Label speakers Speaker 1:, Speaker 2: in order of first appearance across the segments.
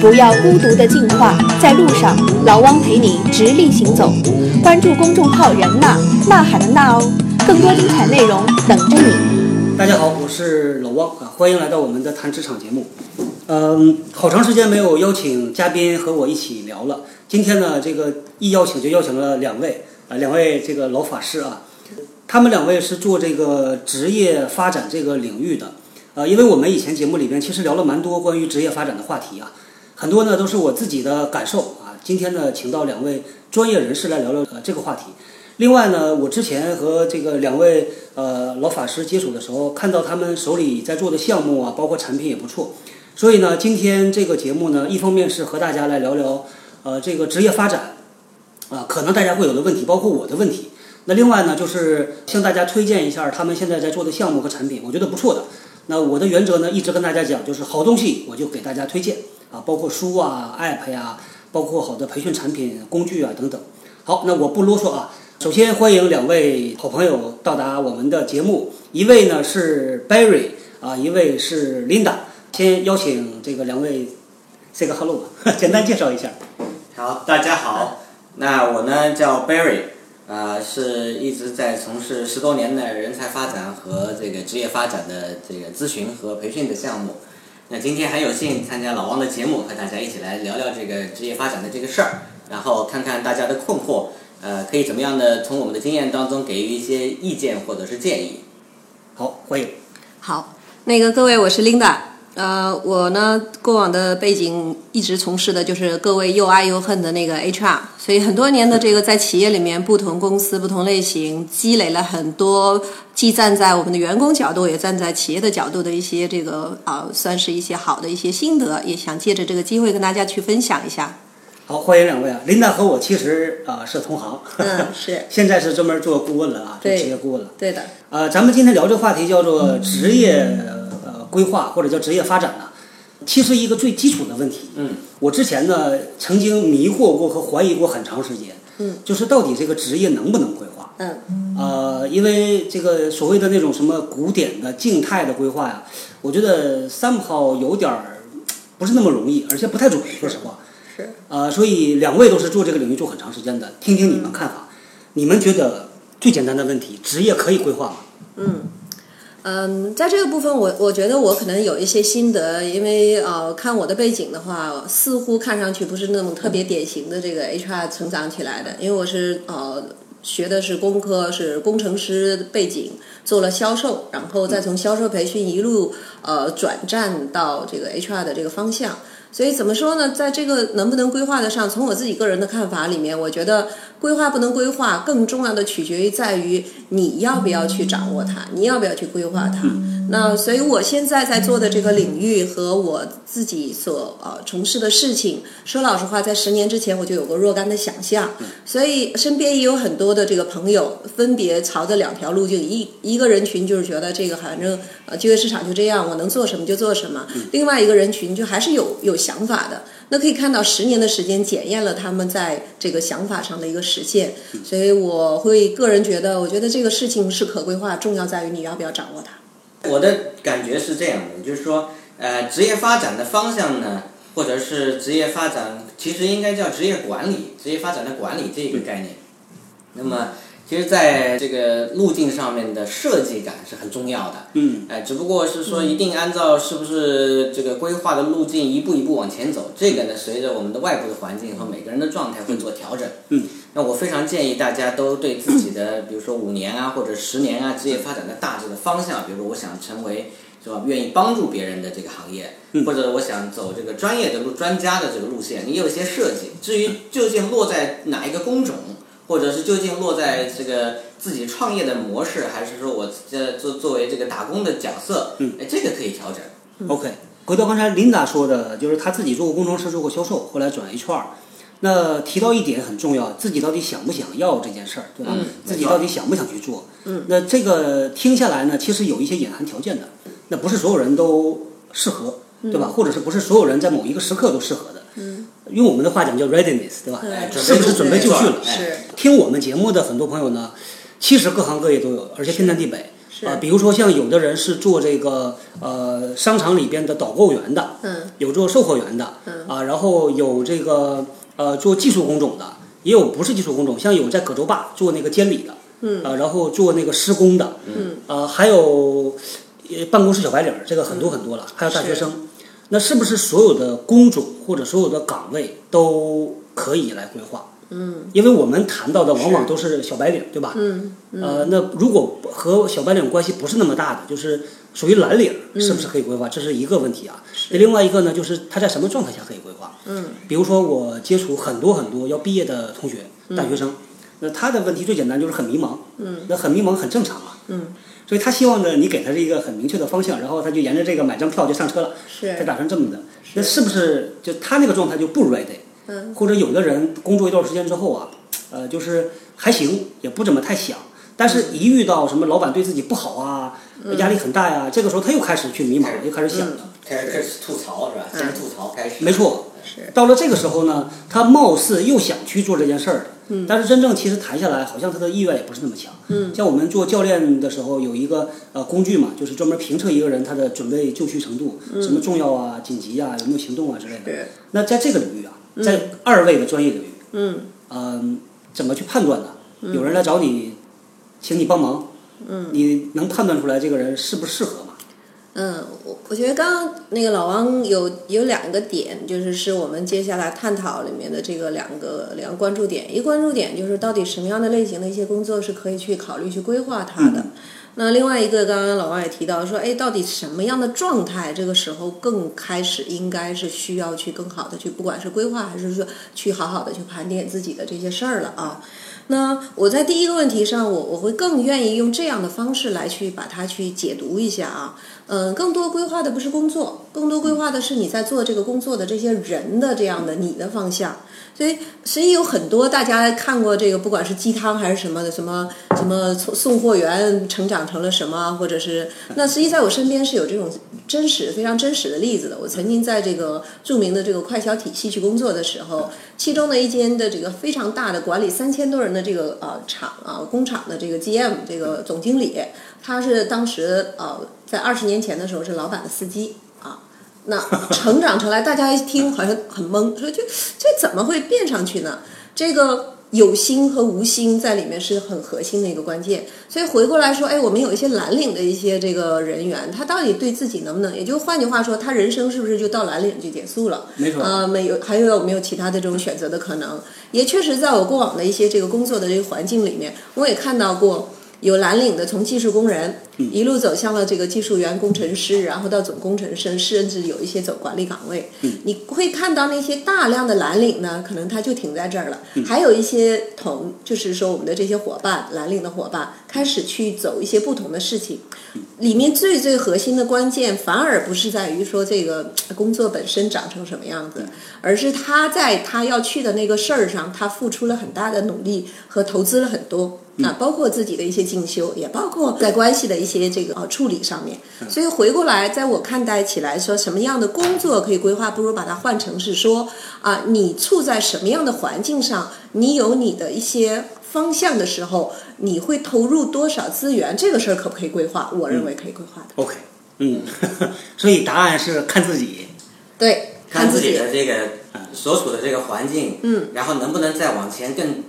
Speaker 1: 不要孤独的进化，在路上，老汪陪你直立行走。关注公众号“人呐呐喊的呐”哦，更多精彩内容等着你。
Speaker 2: 大家好，我是老汪啊，欢迎来到我们的谈职场节目。嗯，好长时间没有邀请嘉宾和我一起聊了，今天呢，这个一邀请就邀请了两位啊，两位这个老法师啊，他们两位是做这个职业发展这个领域的。呃，因为我们以前节目里边其实聊了蛮多关于职业发展的话题啊，很多呢都是我自己的感受啊。今天呢，请到两位专业人士来聊聊呃这个话题。另外呢，我之前和这个两位呃老法师接触的时候，看到他们手里在做的项目啊，包括产品也不错。所以呢，今天这个节目呢，一方面是和大家来聊聊呃这个职业发展啊、可能大家会有的问题，包括我的问题。那另外呢，就是向大家推荐一下他们现在在做的项目和产品，我觉得不错的。那我的原则呢，一直跟大家讲，就是好东西我就给大家推荐啊，包括书啊、app 呀、包括好的培训产品、工具啊等等。好，那我不啰嗦啊。首先欢迎两位好朋友到达我们的节目，一位呢是 Barry 啊，一位是 Linda。先邀请这个两位 say 个 hello 吧， 简单介绍一下。
Speaker 3: 好，大家好，那我呢叫 Barry，呃，是一直在从事十多年的人才发展和这个职业发展的这个咨询和培训的项目。那今天很有幸参加老汪的节目，和大家一起来聊聊这个职业发展的这个事儿，然后看看大家的困惑，呃，可以怎么样的从我们的经验当中给予一些意见或者是建议。
Speaker 2: 好，欢迎。
Speaker 4: 好，那个各位，我是 Linda。呃，我呢，过往的背景一直从事的就是各位又爱又恨的那个 HR，所以很多年的这个在企业里面，不同公司、不同类型，积累了很多，既站在我们的员工角度，也站在企业的角度的一些这个啊、算是一些好的一些心得，也想借着这个机会跟大家去分享一下。
Speaker 2: 好，欢迎两位啊。Linda 和我其实啊、是同行，
Speaker 4: 嗯，是
Speaker 2: 现在是专门做顾问了啊，做
Speaker 4: 对
Speaker 2: 职业顾问了。
Speaker 4: 对的，
Speaker 2: 呃，咱们今天聊这个话题叫做职业呃规划或者叫职业发展呢、啊其实一个最基础的问题。
Speaker 3: 嗯，
Speaker 2: 我之前呢曾经迷惑过和怀疑过很长时间。嗯，就是到底这个职业能不能规划？
Speaker 4: 嗯，
Speaker 2: 呃，因为这个所谓的那种什么古典的静态的规划呀，我觉得 somehow 有点儿不是那么容易，而且不太准，说实话。
Speaker 4: 是。
Speaker 2: 呃，所以两位都是做这个领域做很长时间的，听听你们看法。你们觉得最简单的问题，职业可以规划吗？
Speaker 4: 嗯，在这个部分我，我觉得我可能有一些心得，因为呃，看我的背景的话，似乎看上去不是那么特别典型的这个 HR 成长起来的，因为我是呃学的是工科，是工程师背景，做了销售，然后再从销售培训一路呃转战到这个 HR 的这个方向。所以怎么说呢，在这个能不能规划得上，从我自己个人的看法里面，我觉得规划不能规划，更重要的取决于在于你要不要去掌握它，你要不要去规划它。那所以我现在在做的这个领域和我自己所呃从事的事情，说老实话，在十年之前我就有过若干的想象，所以身边也有很多的这个朋友，分别朝着两条路径，一一个人群就是觉得这个反正呃就业市场就这样，我能做什么就做什么；另外一个人群就还是有有想法的。那可以看到，十年的时间检验了他们在这个想法上的一个实现，所以我会个人觉得，我觉得这个事情是可规划，重要在于你要不要掌握它。
Speaker 3: 我的感觉是这样的，就是说，呃，职业发展的方向呢，或者是职业发展，其实应该叫职业管理，职业发展的管理这个概念。那么，其实在这个路径上面的设计感是很重要的。
Speaker 2: 嗯，
Speaker 3: 哎，只不过是说一定按照是不是这个规划的路径一步一步往前走，这个呢，随着我们的外部的环境和每个人的状态会做调整。
Speaker 2: 嗯，
Speaker 3: 那我非常建议大家都对自己的，比如说五年啊或者十年啊职业发展的大致的方向，比如说我想成为是吧，愿意帮助别人的这个行业，
Speaker 2: 嗯
Speaker 3: 或者我想走这个专业的路、专家的这个路线，你有一些设计。至于究竟落在哪一个工种，或者是究竟落在这个自己创业的模式，还是说我这作作为这个打工的角色，
Speaker 2: 嗯
Speaker 3: 哎，这个可以调整。
Speaker 2: OK，回到刚才琳达说的，就是她自己做过工程师，做过销售，后来转 HR。那提到一点很重要，自己到底想不想要这件事儿，对吧？自己到底想不想去做？嗯，那这个听下来呢，其实有一些隐含条件的，那不是所有人都适合，对吧？或者是不是所有人在某一个时刻都适合的？嗯，用我们的话讲叫 readiness，对吧？
Speaker 3: 哎，准备
Speaker 2: 是不是准备就绪了？
Speaker 3: 哎
Speaker 4: 是
Speaker 2: 听我们节目的很多朋友呢，其实各行各业都有，而且天南地北。
Speaker 4: 是
Speaker 2: 啊，比如说像有的人是做这个呃商场里边的导购员的，
Speaker 4: 嗯
Speaker 2: 有做售货员的，啊，然后有这个呃做技术工种的，也有不是技术工种，像有在葛洲坝做那个监理的，
Speaker 4: 嗯
Speaker 2: 啊，然后做那个施工的，
Speaker 4: 嗯，
Speaker 2: 啊，还有呃办公室小白领儿，这个很多
Speaker 4: 嗯
Speaker 2: 很多了，还有大学生，那是不是所有的工种或者所有的岗位都可以来规划？
Speaker 4: 嗯
Speaker 2: 因为我们谈到的往往都是小白领，对吧？
Speaker 4: 嗯
Speaker 2: 呃，那如果和小白领关系不是那么大的，就是属于蓝领，
Speaker 4: 嗯
Speaker 2: 是不是可以规划？这是一个问题啊。那另外一个呢，就是他在什么状态下可以规划？
Speaker 4: 嗯，
Speaker 2: 比如说我接触很多很多要毕业的同学、大学
Speaker 4: 嗯
Speaker 2: 生，那他的问题最简单就是很迷茫，嗯，那很迷茫很正常啊，
Speaker 4: 嗯，
Speaker 2: 所以他希望呢你给他一个很明确的方向，然后他就沿着这个买张票就上车了，他
Speaker 4: 是
Speaker 2: 打算这么的，那是不是就他那个状态就不 ready？
Speaker 4: 嗯
Speaker 2: 或者有的人工作一段时间之后啊，呃，就是还行，也不怎么太想，但是
Speaker 4: 嗯
Speaker 2: 一遇到什么老板对自己不好啊，压力很大呀、这个时候他又开始去迷茫，又开始想
Speaker 4: 嗯
Speaker 2: 了。
Speaker 3: 开始开始吐槽是吧？先是吐槽开始，
Speaker 2: 没错，
Speaker 4: 是
Speaker 2: 到了这个时候呢，他貌似又想去做这件事儿了，嗯，但是真正其实谈下来，好像他的意愿也不是那么强，嗯，像我们做教练的时候，有一个呃工具嘛，就是专门评测一个人他的准备就绪程度，什么重要啊、紧急啊、有没有行动啊之类的。
Speaker 4: 是
Speaker 2: 那在这个领域啊，在二位的专业领域，
Speaker 4: 嗯
Speaker 2: 嗯，怎么去判断呢？有人来找你，请你帮忙，嗯，你能判断出来这个人适不适合吗？
Speaker 4: 嗯，我我觉得刚刚那个老王有有两个点，就是是我们接下来探讨里面的这个两个两个关注点。一个关注点就是到底什么样的类型的一些工作是可以去考虑去规划它的。那另外一个，刚刚老王也提到说，哎，到底什么样的状态，这个时候更开始应该是需要去更好的去，不管是规划还是说去好好的去盘点自己的这些事儿了啊。那我在第一个问题上，我我会更愿意用这样的方式来去把它去解读一下啊。嗯，更多规划的不是工作，更多规划的是你在做这个工作的这些人的这样的你的方向。所以，所以有很多大家看过这个，不管是鸡汤还是什么的，什么什么送送货员成长成了什么，或者是那实际在我身边是有这种真实非常真实的例子的。我曾经在这个著名的这个快销体系去工作的时候，其中的一间的这个非常大的管理三千多人的这个呃厂啊工厂的这个 GM 这个总经理，他是当时呃在二十年前的时候是老板的司机啊。那成长成来，大家一听好像很懵，说这这怎么会变上去呢？这个有心和无心在里面是很核心的一个关键。所以回过来说，哎，我们有一些蓝领的一些这个人员，他到底对自己能不能，也就换句话说，他人生是不是就到蓝领就结束了？
Speaker 2: 没错，
Speaker 4: 啊，没有，还有没有其他的这种选择的可能？也确实，在我过往的一些这个工作的这个环境里面，我也看到过有蓝领的从技术工人一路走向了这个技术员、工程师，然后到总工程师，甚至有一些走管理岗位。你会看到那些大量的蓝领呢，可能他就停在这儿了。还有一些同，就是说我们的这些伙伴，蓝领的伙伴开始去走一些不同的事情。里面最最核心的关键，反而不是在于说这个呃工作本身长成什么样子，而是他在他要去的那个事儿上，他付出了很大的努力和投资了很多。啊，包括自己的一些进修，也包括在关系的一些这个呃处理上面。所以回过来，在我看待起来说，什么样的工作可以规划，不如把它换成是说啊，你处在什么样的环境上，你有你的一些方向的时候，你会投入多少资源，这个事儿可不可以规划？我认为可以规划的。
Speaker 2: OK，嗯， 所以答案是看自己。
Speaker 4: 对，
Speaker 3: 看自
Speaker 4: 自
Speaker 3: 己的这个呃所处的这个环境，嗯，然后能不能再往前更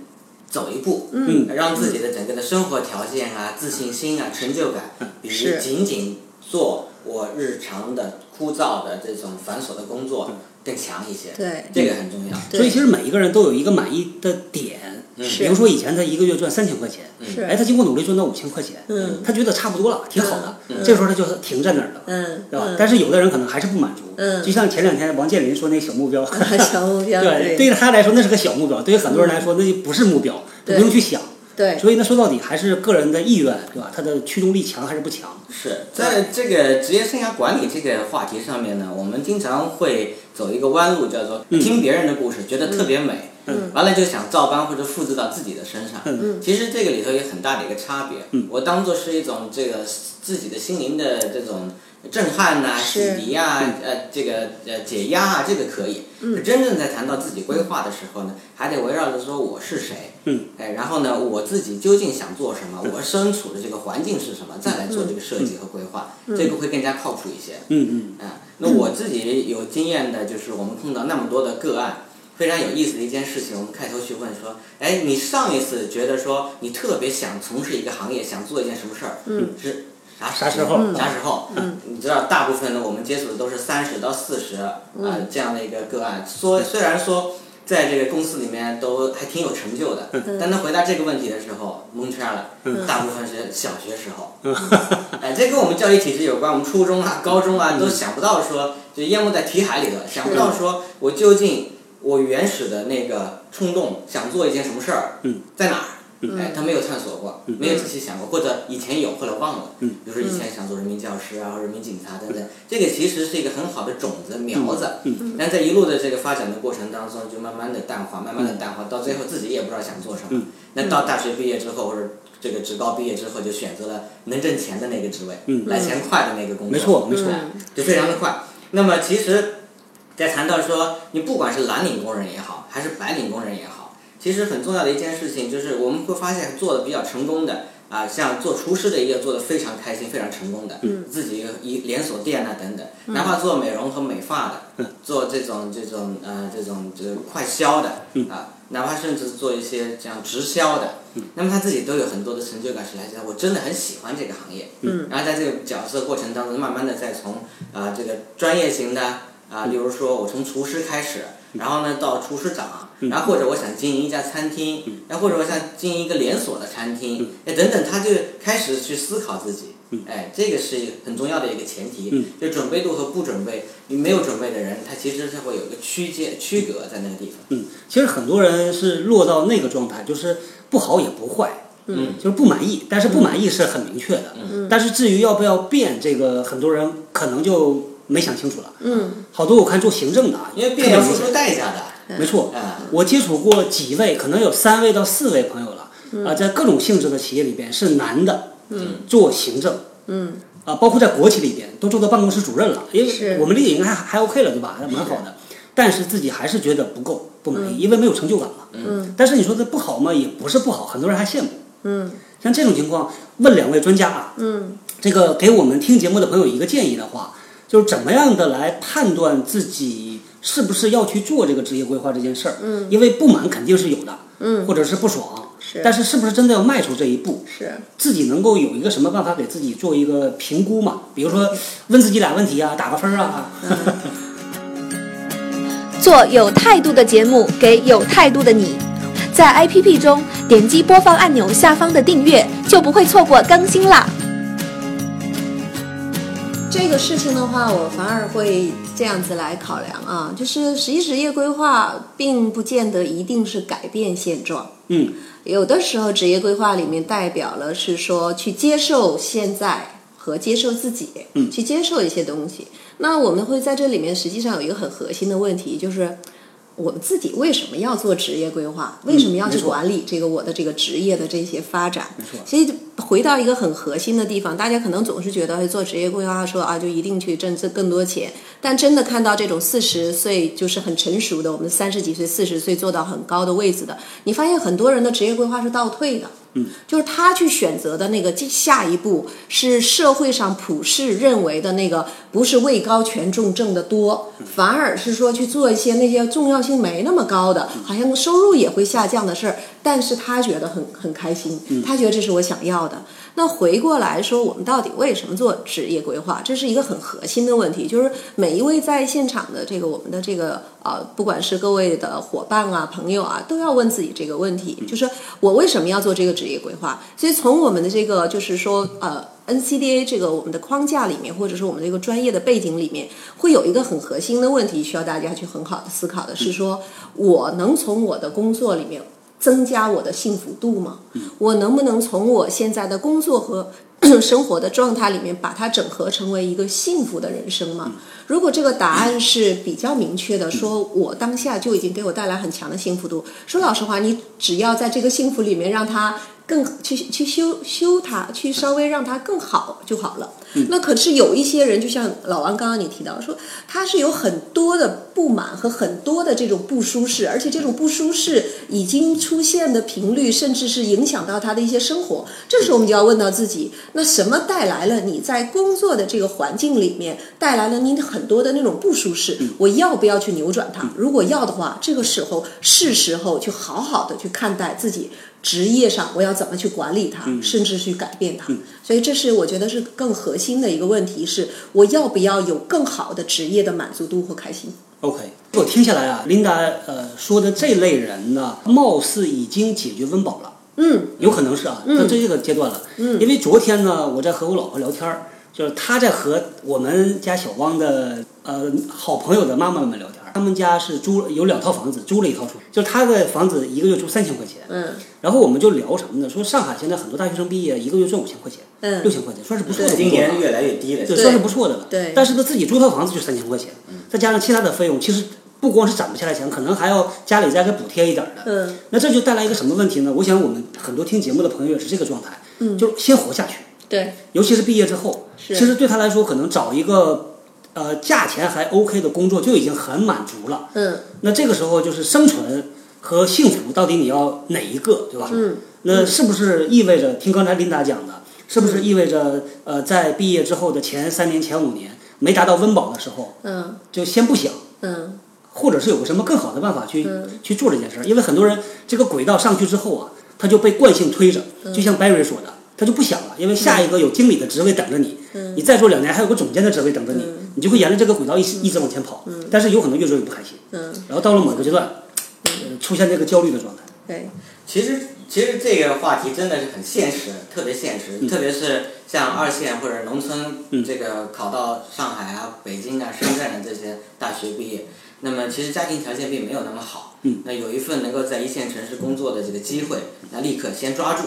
Speaker 3: 走一步，嗯，让自己的整个的生活条件啊、自信心啊、成就感，
Speaker 2: 嗯
Speaker 3: 比
Speaker 4: 是
Speaker 3: 仅仅做我日常的枯燥的这种繁琐的工
Speaker 2: 嗯
Speaker 3: 作更强一些，
Speaker 4: 对
Speaker 3: 这个很重要。
Speaker 4: 对嗯
Speaker 2: 所以其实每一个人都有一个满意的点，比如说以前他一个月赚三千块钱，
Speaker 4: 是
Speaker 2: 哎，他经过努力赚到五千块钱，
Speaker 4: 嗯
Speaker 2: 他觉得差不多了，挺好的，这个时候他就停在那儿了，
Speaker 4: 嗯
Speaker 2: 对吧？
Speaker 4: 嗯
Speaker 2: 但是有的人可能还是不满足，
Speaker 4: 嗯
Speaker 2: 就像前两天王健林说那小目 标，
Speaker 4: 啊 小目标
Speaker 2: 对，
Speaker 4: 对嗯
Speaker 2: 对于他来说那是个小目标，对于很多人来说那就不是目标，不
Speaker 4: 对
Speaker 2: 用去想。
Speaker 4: 对
Speaker 2: 所以呢，说到底还是个人的意愿，对吧？他的驱动力强还是不强？
Speaker 3: 是在这个职业生涯管理这个话题上面呢，我们经常会走一个弯路，叫做听别人的故事，觉得特别美，嗯，完了就想照搬或者复制到自己的身上。嗯，其实这个里头有很大的一个差别。嗯，我当做是一种这个自己的心灵的这种震撼呐、洗
Speaker 4: 是
Speaker 3: 涤呀、呃，这个呃解压啊，这个可以。真正在谈到自己规划的时候呢，还得围绕着说我是谁，
Speaker 2: 嗯，
Speaker 3: 哎，然后呢，我自己究竟想做什么，我身处的这个环境是什么，再来做这个设计和规划，这个会更加靠谱一些。
Speaker 2: 嗯嗯
Speaker 3: 啊，那我自己有经验的就是我们碰到那么多的个案，非常有意思的一件事情，我们开头去问说，哎，你上一次觉得说你特别想从事一个行业，想做一件什么事儿，嗯，是啥
Speaker 2: 啥时候
Speaker 3: 啥时候？嗯，你知道，大部分呢，我们接触的都是三十到四十啊这样的一个个案，说虽然说。在这个公司里面都还挺有成就的，但他回答这个问题的时候蒙圈了，大部分是小学时候，哎，这跟我们教育体制有关。我们初中啊、高中啊都想不到说，就淹没在题海里了，想不到说我究竟我原始的那个冲动想做一件什么事儿，
Speaker 2: 嗯，
Speaker 3: 在哪儿？哎，他没有探索过，没有仔细想过，或者以前有，后来忘了。嗯，比如说以前想做人民教师啊，或者人民警察等等，
Speaker 2: 嗯
Speaker 3: 这个其实是一个很好的种子苗子。嗯，但在一路的这个发展的过程当中，就慢慢的淡化，慢慢的淡化，到最后自己也不知道想做什
Speaker 2: 嗯
Speaker 3: 么。那到大学毕业之后，或者这个职高毕业之后，就选择了能挣钱的那个职位，来钱快的那个工作。
Speaker 2: 嗯没错没错
Speaker 3: 哎
Speaker 4: 嗯
Speaker 3: 就非常的快。那么其实，在谈到说，你不管是蓝领工人也好，还是白领工人也好，其实很重要的一件事情就是，我们会发现做的比较成功的啊，像做厨师的也有做的非常开心、非常成功的，自己一连锁店啊等等，哪怕做美容和美发的，做这种这种呃这种这个快销的啊，哪怕甚至做一些这样直销的，那么他自己都有很多的成就感，是来自于我真的很喜欢这个行业。嗯，然后在这个角色过程当中，慢慢的再从啊、这个专业型的啊、
Speaker 2: 嗯
Speaker 3: 例如说我从厨师开始，然后呢到厨师长，
Speaker 2: 嗯
Speaker 3: 然后或者我想经营一家餐厅，然后或者我想经营一个连锁的餐
Speaker 2: 嗯
Speaker 3: 厅，哎等等，他就开始去思考自己。哎，这个是很重要的一个前
Speaker 2: 嗯
Speaker 3: 提，就准备度和不准备。你没有准备的人，他其实是会有一个区间区隔在那个地方。
Speaker 2: 嗯，其实很多人是落到那个状态，就是不好也不坏，
Speaker 3: 嗯，
Speaker 2: 就是不满意，但是不满意是很明确的，嗯，但是至于要不要变，这个很多人可能就没想清楚了，嗯，好多我看做行政的啊，
Speaker 3: 因为
Speaker 2: 特
Speaker 3: 变
Speaker 2: 别
Speaker 3: 要
Speaker 2: 明
Speaker 3: 付
Speaker 2: 显
Speaker 3: 出代价的。
Speaker 2: 没错，
Speaker 3: 啊
Speaker 2: 我接触过几位，可能有三位到四位朋友了，啊、在各种性质的企业里边是男的，嗯，做行政，嗯，啊，包括在国企里边都做到办公室主任了，因为
Speaker 4: 是
Speaker 2: 我们理解应该还还 OK 了，对吧？还蛮好的，但是自己还是觉得不够，不满意，因为没有成就感嘛，嗯，但是你说这不好吗？也不是不好，很多人还羡慕，嗯，像这种情况，问两位专家啊，嗯，这个给我们听节目的朋友一个建议的话，就是怎么样的来判断自己是不是要去做这个职业规划这件事儿？嗯，因为不满肯定是有的，嗯，或者是不爽，
Speaker 4: 是
Speaker 2: 但是是不是真的要迈出这一步？
Speaker 4: 是
Speaker 2: 自己能够有一个什么办法给自己做一个评估嘛？比如说问自己俩问题啊，打个分儿啊。
Speaker 1: 做有态度的节目，给有态度的你。在 APP 中点击播放按钮下方的订阅，就不会错过更新啦。
Speaker 4: 这个事情的话，我反而会这样子来考量啊，就是实际职业规划并不见得一定是改变现状。
Speaker 2: 嗯，
Speaker 4: 有的时候职业规划里面代表了是说去接受现在和接受自己，嗯，去接受一些东西。那我们会在这里面实际上有一个很核心的问题，就是我们自己为什么要做职业规划？为什么要
Speaker 2: 嗯没
Speaker 4: 去
Speaker 2: 错
Speaker 4: 管理这个我的这个职业的这些发展？没
Speaker 2: 错
Speaker 4: 所以回到一个很核心的地方，大家可能总是觉得哎做职业规划说啊就一定去挣这更多钱，但真的看到这种四十岁就是很成熟的，我们三十几岁、四十岁做到很高的位置的，你发现很多人的职业规划是倒退的。嗯，就是他去选择的那个下一步是社会上普世认为的那个，不是位高权重挣得多，反而是说去做一些那些重要性没那么高的，好像收入也会下降的事儿，但是他觉得很很开心，他觉得这是我想要的。那回过来说，我们到底为什么做职业规划？这是一个很核心的问题，就是每一位在现场的这个我们的这个啊、呃不管是各位的伙伴啊、朋友啊，都要问自己这个问题，就是我为什么要做这个职业规划？所以从我们的这个就是说呃。NCDA 这个我们的框架里面，或者是我们这个专业的背景里面，会有一个很核心的问题需要大家去很好的思考的是说，我能从我的工作里面增加我的幸福度吗？我能不能从我现在的工作和 生活的状态里面，把它整合成为一个幸福的人生嘛？如果这个答案是比较明确的，说我当下就已经给我带来很强的幸福度。说老实话，你只要在这个幸福里面让它更去去修修它，去稍微让它更好就好了。那可是有一些人，就像老王刚刚你提到说，他是有很多的不满和很多的这种不舒适，而且这种不舒适已经出现的频率，甚至是影响到他的一些生活。这时候我们就要问到自己，那什么带来了你在工作的这个环境里面带来了你很多的那种不舒适？我要不要去扭转它？如果要的话，这个时候是时候去好好的去看待自己职业上我要怎么去管理它，甚至去改变它。所以这是我觉得是更核心的一个问题，是我要不要有更好的职业的满足度和开心？
Speaker 2: OK，我听下来啊，琳达呃说的这类人呢，貌似已经解决温饱了，
Speaker 4: 嗯，
Speaker 2: 有可能是啊，那这这个阶段了，嗯，因为昨天呢，我在和我老婆聊天儿，就是她在和我们家小汪的呃好朋友的妈妈们聊天儿，他们家是租有两套房子，租了一套出去，就是她的房子一个月租三千块钱，
Speaker 4: 嗯
Speaker 2: 然后我们就聊什么呢？说上海现在很多大学生毕业一个月赚五千块钱，六
Speaker 4: 嗯，
Speaker 2: 千块钱算是不错的工作了，
Speaker 4: 对
Speaker 3: 今年越来越低了，
Speaker 2: 就
Speaker 4: 对
Speaker 2: 算是不错的了。
Speaker 4: 对嗯
Speaker 2: 但是他自己租套房子就三千块钱，再加上其他的费用，其实不光是攒不下来钱，可能还要家里再给补贴一点儿的。
Speaker 4: 嗯，
Speaker 2: 那这就带来一个什么问题呢？我想我们很多听节目的朋友也是这个状态，嗯，就是先活下去，
Speaker 4: 对，
Speaker 2: 尤其是毕业之后，
Speaker 4: 是
Speaker 2: 其实对他来说，可能找一个呃价钱还 OK 的工作就已经很满足了。
Speaker 4: 嗯
Speaker 2: 那这个时候就是生存和幸福到底你要哪一个，对吧？
Speaker 4: 嗯，
Speaker 2: 那是不是意味着听刚才琳达讲的，是不是意味着呃，在毕业之后的前三年、前五年没达到温饱的时候，
Speaker 4: 嗯
Speaker 2: 就先不想，
Speaker 4: 嗯，
Speaker 2: 或者是有个什么更好的办法去、去做这件事儿？因为很多人这个轨道上去之后啊，他就被惯性推着，就像 Barry 说的，他就不想了，因为下一个有经理的职位等着你，你再做两年还有个总监的职位等着你，你就会沿着这个轨道一直、一直往前跑，但是有可能越做越不开心，
Speaker 4: 嗯
Speaker 2: 然后到了某个阶段，呃出现这个焦虑的状态。
Speaker 4: 对，
Speaker 3: 其实，其实这个话题真的是很现实，特别现实，特别是像二线或者农村，这个考到上海啊、北京啊、深圳啊这些大学毕业，那么其实家庭条件并没有那么好。
Speaker 2: 嗯
Speaker 3: 那有一份能够在一线城市工作的这个机会，那立刻先抓住。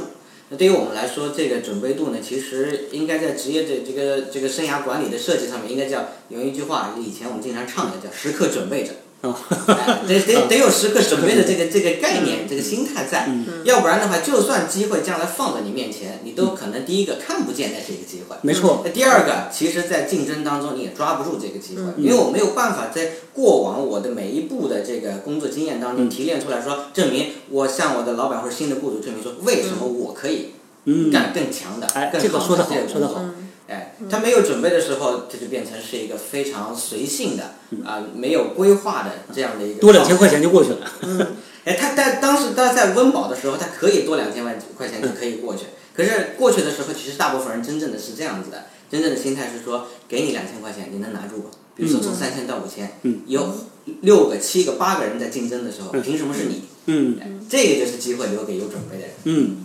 Speaker 3: 那对于我们来说，这个准备度呢，其实应该在职业的这个这个生涯管理的设计上面，应该叫有一句话，以前我们经常唱的叫“时刻准备着”。
Speaker 2: 啊，
Speaker 3: 哎 得 得得有时刻准备的这个这个概
Speaker 2: 嗯
Speaker 3: 念、这个心态在，要不然的话，就算机会将来放在你面前，你都可能第一个看不见那是一个机会。
Speaker 2: 嗯没错，
Speaker 3: 那第二个，其实，在竞争当中你也抓不住这个机
Speaker 2: 嗯
Speaker 3: 会，因为我没有办法在过往我的每一步的这个工作经验当
Speaker 2: 嗯
Speaker 3: 中提炼出来说，证明我向我的老板或者新的雇主证明说，为什么我可以
Speaker 2: 嗯，
Speaker 3: 干更强的、
Speaker 2: 哎，
Speaker 3: 更
Speaker 2: 这个说得
Speaker 3: 好
Speaker 2: 好
Speaker 3: 的这个，
Speaker 2: 说得
Speaker 3: 工作
Speaker 2: 好，
Speaker 3: 哎，
Speaker 2: 嗯
Speaker 3: 他没有准备的时候，他就变成是一个非常随性的啊、没有规划的这样的一个。
Speaker 2: 嗯多两千块钱就过去了。
Speaker 3: 哎，他在当时他在温饱的时候，他可以多两千万块钱就可以过
Speaker 2: 嗯
Speaker 3: 去。可是过去的时候，其实大部分人真正的是这样子的，真正的心态是说，给你两千块钱，你能拿住吗？比如说从三千到五千，
Speaker 2: 嗯
Speaker 3: 有六个、七个、八个人在竞争的时候，凭什么是你？
Speaker 2: 嗯
Speaker 3: 哎这个就是机会留给有准备的人。
Speaker 2: 嗯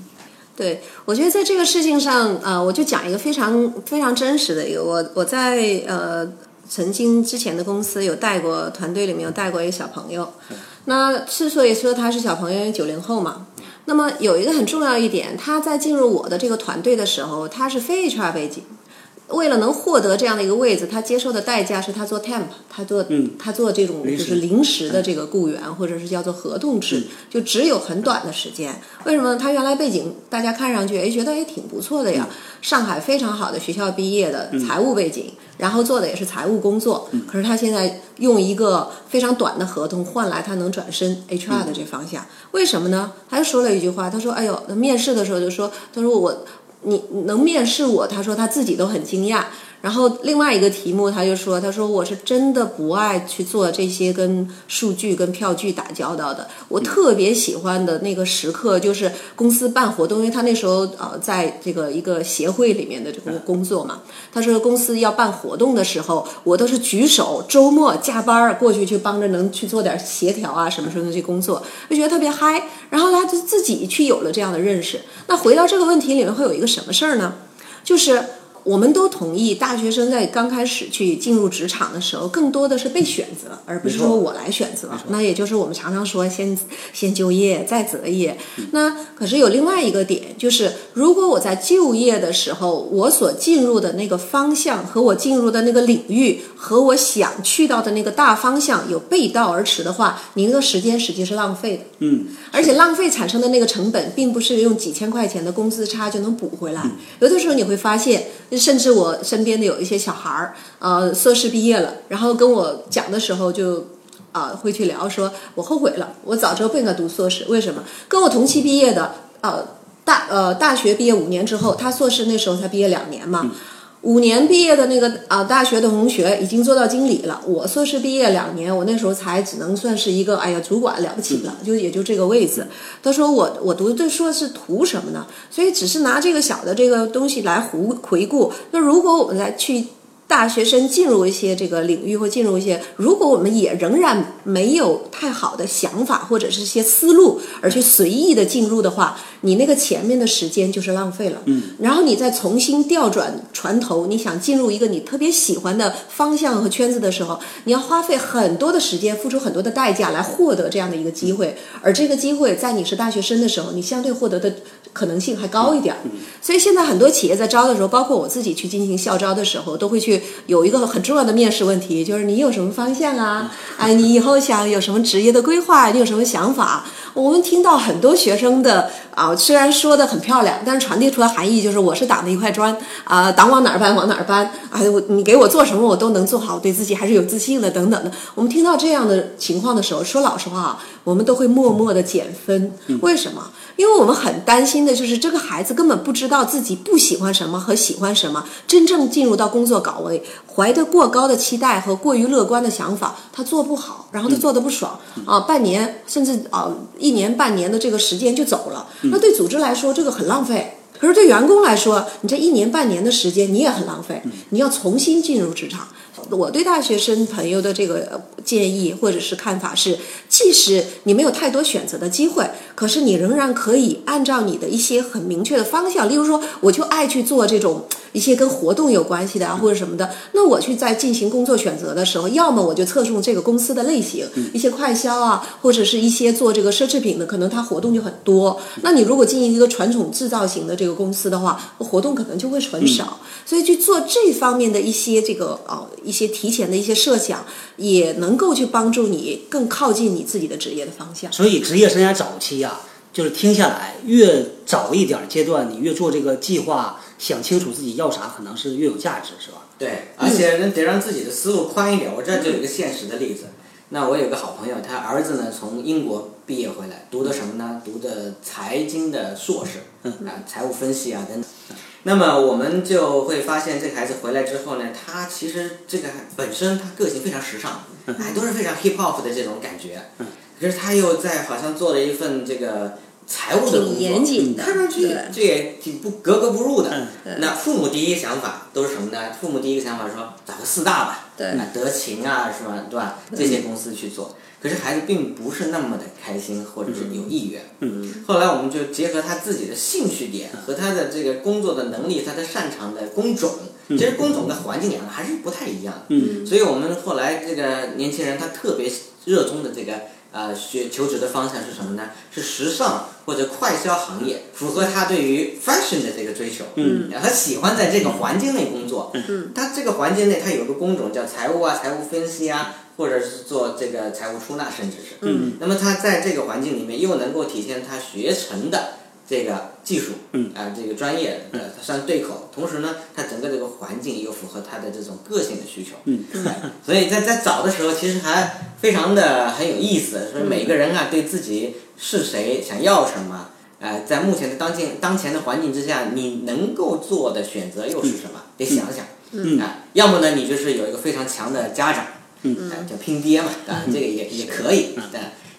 Speaker 4: 对，我觉得在这个事情上，呃，我就讲一个非常非常真实的一个，我我在呃曾经之前的公司有带过团队里面有带过一个小朋友，那之所以说他是小朋友，因为九零后嘛。那么有一个很重要一点，他在进入我的这个团队的时候，他是非 HR 背景。为了能获得这样的一个位置，他接受的代价是他做 temp，他做、
Speaker 2: 嗯
Speaker 4: 他做这种
Speaker 2: 临
Speaker 4: 就
Speaker 2: 时嗯
Speaker 4: 是临时的这个雇员，或者是叫做合同制，就只有很短的时间。为什么呢？他原来背景大家看上去哎觉得哎挺不错的呀，
Speaker 2: 嗯
Speaker 4: 上海非常好的学校毕业的财务背景，然后做的也是财务工作，
Speaker 2: 嗯
Speaker 4: 可是他现在用一个非常短的合同换来他能转身 HR 的这方向，为什么呢？他又说了一句话，他说：“哎呦，面试的时候就说，他说哎我你能面试我，他说他自己都很惊讶。然后另外一个题目，他就说，他说我是真的不爱去做这些跟数据、跟票据打交道的。我特别喜欢的那个时刻就是公司办活动，因为他那时候呃在这个一个协会里面的这个工作嘛。他说公司要办活动的时候，我都是举手，周末加班儿过去去帮着能去做点协调啊什么什么去工作，就觉得特别嗨。然后他就自己去有了这样的认识。那回到这个问题里面，会有一个什么事儿呢？就是我们都同意，大学生在刚开始去进入职场的时候，更多的是被选择，而不是
Speaker 2: 没
Speaker 4: 说
Speaker 2: 错
Speaker 4: 我来选择。那也就是我们常常说先先就业再择业。那可是有另外一个点，就是如果我在就业的时候，我所进入的那个方向和我进入的那个领域和我想去到的那个大方向有背道而驰的话，您的时间实际是浪费的。
Speaker 2: 嗯，
Speaker 4: 而且浪费产生的那个成本，并不是用几千块钱的工资差就能补回来。有的时候你会发现，甚至我身边的有一些小孩儿，呃，硕士毕业了，然后跟我讲的时候就。啊、会去聊说，我后悔了，我早知道不应该读硕士，为什么？跟我同期毕业的，呃，大呃大学毕业五年之后，他硕士那时候才毕业两年嘛，五年毕业的那个啊、大学的同学已经做到经理了，我硕士毕业两年，我那时候才只能算是一个哎呀主管了不起了，就也就这个位置。他说我我读这硕士图什么呢？所以只是拿这个小的这个东西来回回顾。那如果我们来去大学生进入一些这个领域或进入一些，如果我们也仍然没有太好的想法或者是一些思路，而去随意的进入的话，你那个前面的时间就是浪费了。嗯，然后你再重新调转船头，你想进入一个你特别喜欢的方向和圈子的时候，你要花费很多的时间，付出很多的代价来获得这样的一个机会，而这个机会在你是大学生的时候，你相对获得的可能性还高一点儿。所以现在很多企业在招的时候，包括我自己去进行校招的时候，都会去有一个很重要的面试问题，就是你有什么方向啊？ 哎，你以后想有什么职业的规划？你有什么想法？我们听到很多学生的啊，虽然说的很漂亮，但是传递出来含义就是我是党的一块砖啊，党往哪儿搬往哪儿搬，哎，我你给我做什么我都能做好，我对自己还是有自信的等等的。我们听到这样的情况的时候，说老实话啊，我们都会默默的减分。为什么？因为我们很担心的就是这个孩子根本不知道自己不喜欢什么和喜欢什么，真正进入到工作岗位，怀着过高的期待和过于乐观的想法，他做不好，然后他做的不爽、啊，半年甚至啊一年半年的这个时间就走了，那对组织来说这个很浪费。可是对员工来说，你这一年半年的时间你也很浪费，你要重新进入职场。我对大学生朋友的这个呃建议或者是看法是，即使你没有太多选择的机会，可是你仍然可以按照你的一些很明确的方向，例如说，我就爱去做这种一些跟活动有关系的啊，或者什么的。那我去在进行工作选择的时候，要么我就侧重这个公司的类型，一些快销啊，或者是一些做这个奢侈品的，可能它活动就很多。那你如果进行一个传统制造型的这个公司的话，活动可能就会很少。所以去做这方面的一些这个呃一些提前的一些设想，也能够去帮助你更靠近你自己的职业的方向。
Speaker 2: 所以职业生涯早期呀、就是听下来，越早一点儿阶段，你越做这个计划，想清楚自己要啥，可能是越有价值，是吧？
Speaker 3: 对，而且得让自己的思路宽一点。我这就有一个现实的例子。那我有个好朋友，他儿子呢从英国毕业回来，读的什么呢？读的财经的硕士，啊，财务分析啊等等。那么我们就会发现，这个孩子回来之后呢，他其实这个本身他个性非常时尚，
Speaker 2: 嗯
Speaker 3: 哎，都是非常 hip hop 的这种感觉。可是他又在好像做了一份这个财务的工作，
Speaker 4: 挺严谨的，
Speaker 3: 看上去
Speaker 4: 对
Speaker 3: 这也挺不格格不入的。
Speaker 2: 嗯
Speaker 3: 那父母第一想法都是什么呢？父母第一个想法说找个四大吧，
Speaker 4: 对
Speaker 3: 啊，德勤啊，是吧？对吧？这些公司去做，可是孩子并不是那么的开心，或者是有意愿。
Speaker 2: 嗯，
Speaker 3: 后来我们就结合他自己的兴趣点和他的这个工作的能力，他的擅长的工种，其实工种的环境两个还是不太一样的。
Speaker 2: 嗯
Speaker 3: 所以我们后来这个年轻人他特别热衷的这个呃学求职的方向是什么呢？是时尚或者快消行业，符合他对于 fashion 的这个追求。
Speaker 2: 嗯，
Speaker 3: 他喜欢在这个环境内工作。嗯，他这个环境内他有个工种叫财务啊、财务分析啊，或者是做这个财务出纳，甚至是嗯，那么他在这个环境里面又能够体现他学成的。这个技术，嗯啊、这个专业呃，算对口。同时呢，他整个这个环境又符合他的这种个性的需求，嗯，所以在在找的时候，其实还非常的很有意思。所以每个人啊，对自己是谁，想要什么，呃，在目前的当今当前的环境之下，你能够做的选择又是什么？得想想，嗯啊，要么呢，你就是有一个非常强的家长，嗯，叫拼爹嘛，啊，这个也也可以，啊。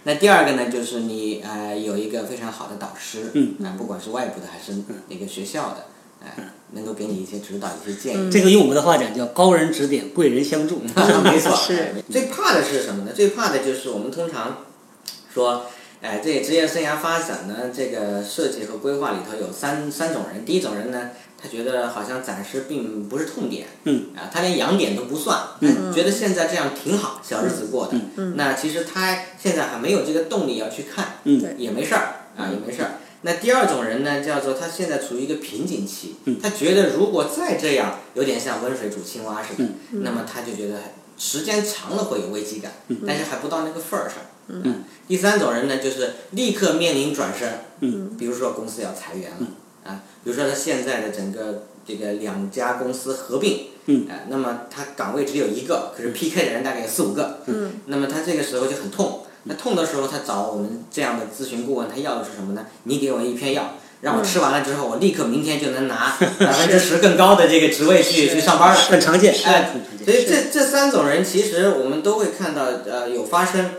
Speaker 3: 那第二个呢，就是你呃有一个非常好的导师，嗯，啊，不管是外部的还是那个学校的，哎、能够给你一些指导、一些建议，
Speaker 2: 这个用我们的话讲叫高人指点，贵人相助。
Speaker 3: 没错，
Speaker 4: 是
Speaker 3: 最怕的是什么呢？最怕的就是我们通常说，哎，这职业生涯发展呢，这个设计和规划里头有三三种人。第一种人呢，他觉得好像暂时并不是痛点，
Speaker 2: 嗯，
Speaker 3: 啊，他连痒点都不算，哎
Speaker 2: 嗯，
Speaker 3: 觉得现在这样挺好，小日子过的，嗯，那其实他现在还没有这个动力要去看，
Speaker 2: 嗯
Speaker 4: 对
Speaker 3: 也没事儿啊，也没事儿。那第二种人呢，叫做他现在处于一个瓶颈期，
Speaker 2: 嗯
Speaker 3: 他觉得如果再这样，有点像温水煮青蛙似的，
Speaker 2: 嗯
Speaker 3: 那么他就觉得时间长了会有危机感，但是还不到那个份儿上。嗯，第三种人呢，就是立刻面临转身，
Speaker 2: 嗯，
Speaker 3: 比如说公司要裁员了，啊，比如说他现在的整个这个两家公司合并，
Speaker 2: 嗯
Speaker 3: 啊，那么他岗位只有一个，可是 PK 的人大概有四五个，嗯，那么他这个时候就很痛。那痛的时候，他找我们这样的咨询顾问，他要的是什么呢？你给我一片药，让我吃完了之后，我立刻明天就能拿百分之十更高的这个职位去去上班了。
Speaker 2: 很常见，
Speaker 3: 哎
Speaker 2: 很常见。
Speaker 3: 所以这这三种人，其实我们都会看到，呃，有发生。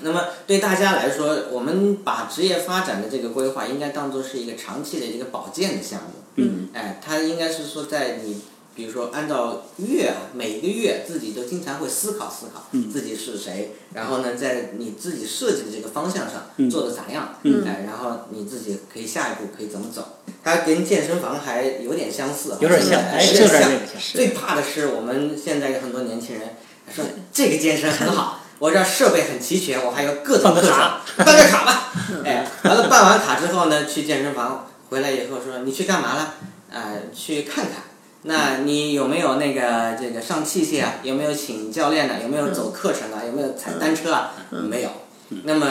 Speaker 3: 那么对大家来说，我们把职业发展的这个规划，应该当做是一个长期的一个保健的项目。嗯。哎，它应该是说，在你比如说按照月啊，每一个月自己都经常会思考思考，自己是谁，然后呢，在你自己设计的这个方向上做的咋样？嗯。哎，然后你自己可以下一步可以怎么走？它跟健身房还有点相似啊，
Speaker 2: 有点像，哎，
Speaker 3: 有
Speaker 2: 就是这
Speaker 3: 点像。
Speaker 2: 个像。
Speaker 3: 最怕的是我们现在有很多年轻人说这个健身很 好，我这儿设备很齐全，我还有各
Speaker 2: 办
Speaker 3: 种
Speaker 2: 个
Speaker 3: 卡
Speaker 2: 卡，嗯
Speaker 3: 办个卡吧。哎，完了办完卡之后呢，去健身房回来以后说你去干嘛了？呃，去看看。那你有没有那个这个上器械啊？有没有请教练呢、有没有走课程
Speaker 4: 嗯
Speaker 3: 啊？有没有踩单车啊？没有。那么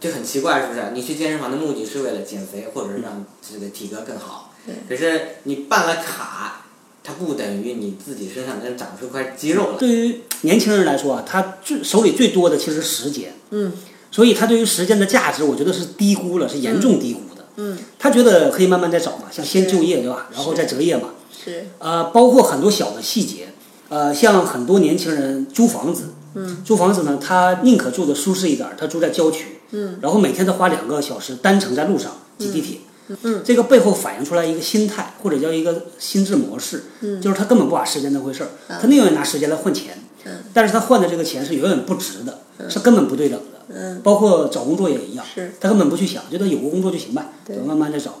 Speaker 3: 就很奇怪，是不是？你去健身房的目的是为了减肥，或者是让这个体格更好。可是你办了卡，它不等于你自己身上真长出块肌肉来。
Speaker 2: 对于年轻人来说啊，他最手里最多的其实是时间，嗯，所以他对于时间的价值，我觉得是低估了，是严重低估的，嗯，他觉得可以慢慢再找嘛，像先就业对吧，然后再择业嘛，
Speaker 4: 是
Speaker 2: 呃，包括很多小的细节，呃，像很多年轻人租房子，嗯，租房子呢，他宁可住的舒适一点儿，他住在郊区，嗯，然后每天他花两个小时单程在路上挤地铁，嗯，这个背后反映出来一个心态或者叫一个心智模式，嗯，就是他根本不把时间当回事儿，他宁愿拿时间来换钱，嗯，但是他换的这个钱是远远不值的，是根本不对等的。嗯，包括找工作也一样，
Speaker 4: 是
Speaker 2: 他根本不去想，觉得有个工作就行呗，对，慢慢再找。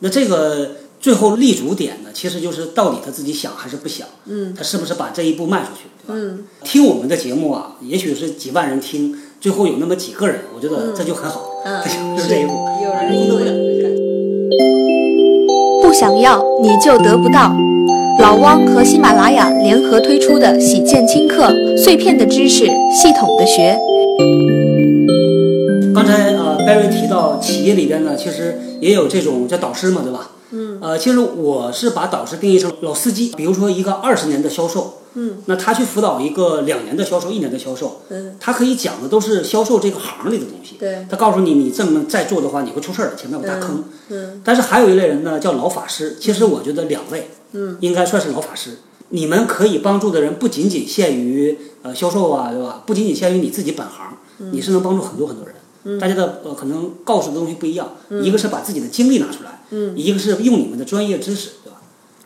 Speaker 2: 那这个最后立足点呢，其实就是到底他自己想还是不想，嗯，他是不是把这一步迈出去，对吧？嗯，听我们的节目啊，也许是几万人听，最后有那么几个人，我觉得这就很好，
Speaker 4: 嗯
Speaker 2: 他就是 这一步，
Speaker 4: 有人
Speaker 2: 工作不了。
Speaker 1: 不想要你就得不到。老汪和喜马拉雅联合推出的喜见轻课，碎片的知识，系统的学。
Speaker 2: 刚才呃，Barry 提到企业里边呢，其实也有这种叫导师嘛，对吧？嗯。呃，其实我是把导师定义成老司机，比如说一个二十年的销售，嗯，那他去辅导一个两年的销售、一年的销售，
Speaker 4: 嗯，
Speaker 2: 他可以讲的都是销售这个行里的东西。
Speaker 4: 对
Speaker 2: 他告诉你，你这么再做的话，你会出事儿的，前面有大坑。
Speaker 4: 嗯
Speaker 2: 但是还有一类人呢，叫老法师。其实我觉得两位，嗯，应该算是老法师。你们可以帮助的人不仅仅限于呃销售啊，对吧？不仅仅限于你自己本行，
Speaker 4: 嗯
Speaker 2: 你是能帮助很多很多人。大家的呃可能告诉的东西不一样，一个是把自己的经历拿出来，嗯，一个是用你们的专业知识，对吧？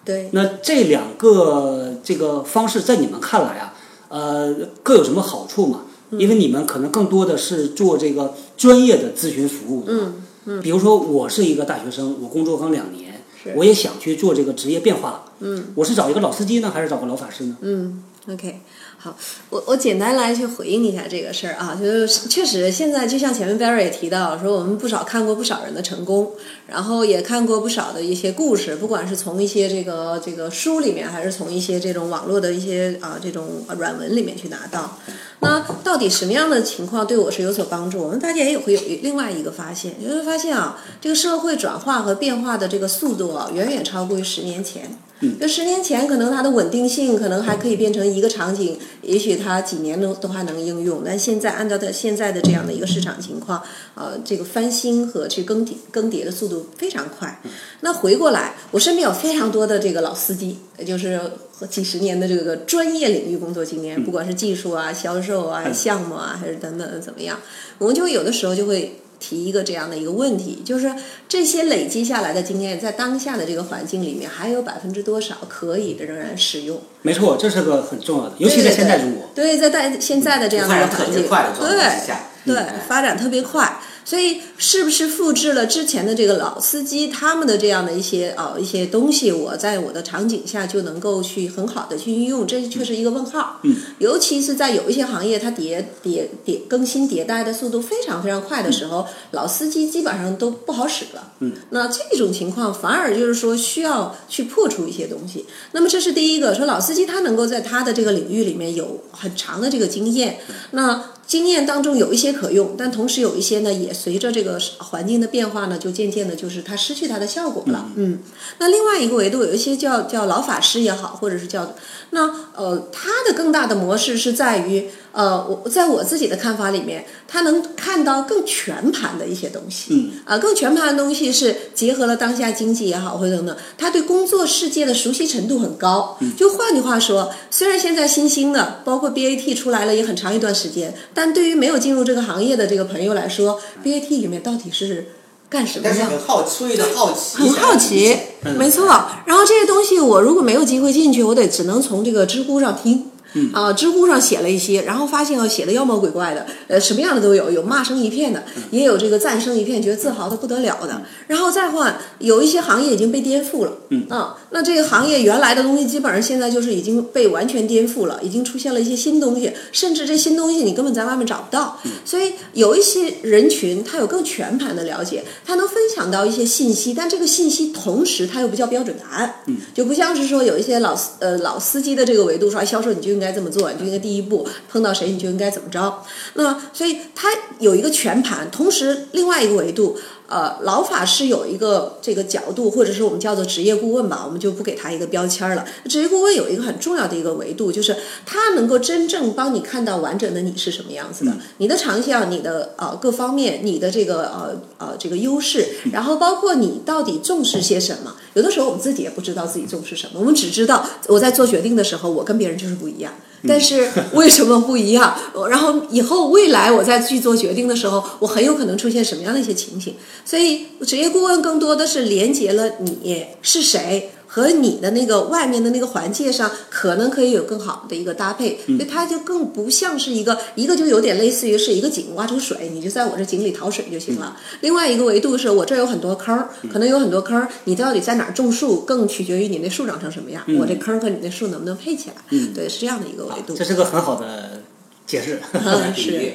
Speaker 4: 对，
Speaker 2: 那这两个这个方式在你们看来啊，呃，各有什么好处嘛？因为你们可能更多的是做这个专业的咨询服务的嘛，嗯嗯，比如说我是一个大学生，我工作刚两年，我也想去做这个职业变化了，嗯，我是找一个老司机呢，还是找个老法师呢？
Speaker 4: 嗯，OK，好，我我简单来去回应一下这个事儿啊，就是确实现在就像前面 Barry 也提到说，我们不少看过不少人的成功，然后也看过不少的一些故事，不管是从一些这个这个书里面，还是从一些这种网络的一些啊这种软文里面去拿到。那到底什么样的情况对我是有所帮助？我们大家也有会有另外一个发现，你会发现啊，这个社会转化和变化的这个速度啊，远远超过于十年前。就十年前，可能它的稳定性可能还可以变成一个场景，也许它几年都都还能应用。但现在按照它现在的这样的一个市场情况，呃，这个翻新和去更迭更迭的速度非常快。那回过来，我身边有非常多的这个老司机，也就是和几十年的这个专业领域工作经验，不管是技术啊、销售啊、项目啊，还是等等的怎么样，我们就有的时候就会提一个这样的一个问题，就是这些累积下来的经验，在当下的这个环境里面，还有百分之多少可以的仍然使用？
Speaker 2: 没错，这是个很重要的，尤其在现在中国，
Speaker 4: 对，在在现在的这样的一个环
Speaker 3: 发展特别
Speaker 4: 境，
Speaker 3: 快的状况之下
Speaker 4: 对对
Speaker 3: 嗯，
Speaker 4: 发展特别快。所以是不是复制了之前的这个老司机他们的这样的一些啊、一些东西，我在我的场景下就能够去很好的去运用，这却是一个问号。
Speaker 2: 嗯，
Speaker 4: 尤其是在有一些行业它迭迭迭更新迭代的速度非常非常快的时候，老司机基本上都不好使了。
Speaker 2: 嗯，
Speaker 4: 那这种情况反而就是说需要去破除一些东西。那么这是第一个，说老司机他能够在他的这个领域里面有很长的这个经验，那经验当中有一些可用，但同时有一些呢也随着这个环境的变化呢，就渐渐的就是它失去它的效果了。嗯，那另外一个维度，有一些叫叫老法师也好，或者是叫那呃，它的更大的模式是在于呃，我在我自己的看法里面，它能看到更全盘的一些东西。
Speaker 2: 嗯，
Speaker 4: 啊，更全盘的东西是结合了当下经济也好，或者等等，他对工作世界的熟悉程度很高。就换句话说，虽然现在新兴的，包括 BAT 出来了也很长一段时间，但对于没有进入这个行业的这个朋友来说，BAT 里面到底是干什么
Speaker 3: 但是
Speaker 4: 的？
Speaker 3: 很好出于的好奇，
Speaker 4: 很好奇，嗯没错。然后这些东西我如果没有机会进去，我得只能从这个知乎上听。啊，知乎上写了一些，然后发现啊，写的妖魔鬼怪的，呃，什么样的都有，有骂声一片的，也有这个赞声一片，觉得自豪的不得了的。然后再换，有一些行业已经被颠覆了，嗯啊，那这个行业原来的东西基本上现在就是已经被完全颠覆了，已经出现了一些新东西，甚至这新东西你根本在外面找不到。所以有一些人群他有更全盘的了解，他能分享到一些信息，但这个信息同时他又不叫标准答案，嗯，就不像是说有一些老司呃老司机的这个维度说，哎，销售你就应该这么做，你就应该第一步碰到谁你就应该怎么着。那所以他有一个全盘，同时另外一个维度。呃，老法师有一个这个角度，或者是我们叫做职业顾问吧，我们就不给他一个标签儿了。职业顾问有一个很重要的一个维度，就是他能够真正帮你看到完整的你是什么样子的，你的长项、你的呃各方面、你的这个呃呃这个优势，然后包括你到底重视些什么。有的时候我们自己也不知道自己重视什么，我们只知道我在做决定的时候，我跟别人就是不一样。但是为什么不一样？呃然后以后未来我再去做决定的时候，我很有可能出现什么样的一些情形？所以职业顾问更多的是连接了你是谁。和你的那个外面的那个环界上，可能可以有更好的一个搭配，
Speaker 2: 嗯
Speaker 4: 所以它就更不像是一个一个就有点类似于是一个井挖出水，你就在我这井里淘水就行了。
Speaker 2: 嗯
Speaker 4: 另外一个维度是我这儿有很多坑儿，可能有很多坑儿，你到底在哪儿种树，更取决于你那树长成什么样，
Speaker 2: 嗯
Speaker 4: 我这坑儿和你那树能不能配起来，对，是这样的一个维度。
Speaker 2: 这是个很好的解释。
Speaker 4: 嗯，
Speaker 3: 比
Speaker 4: 是
Speaker 3: 喻。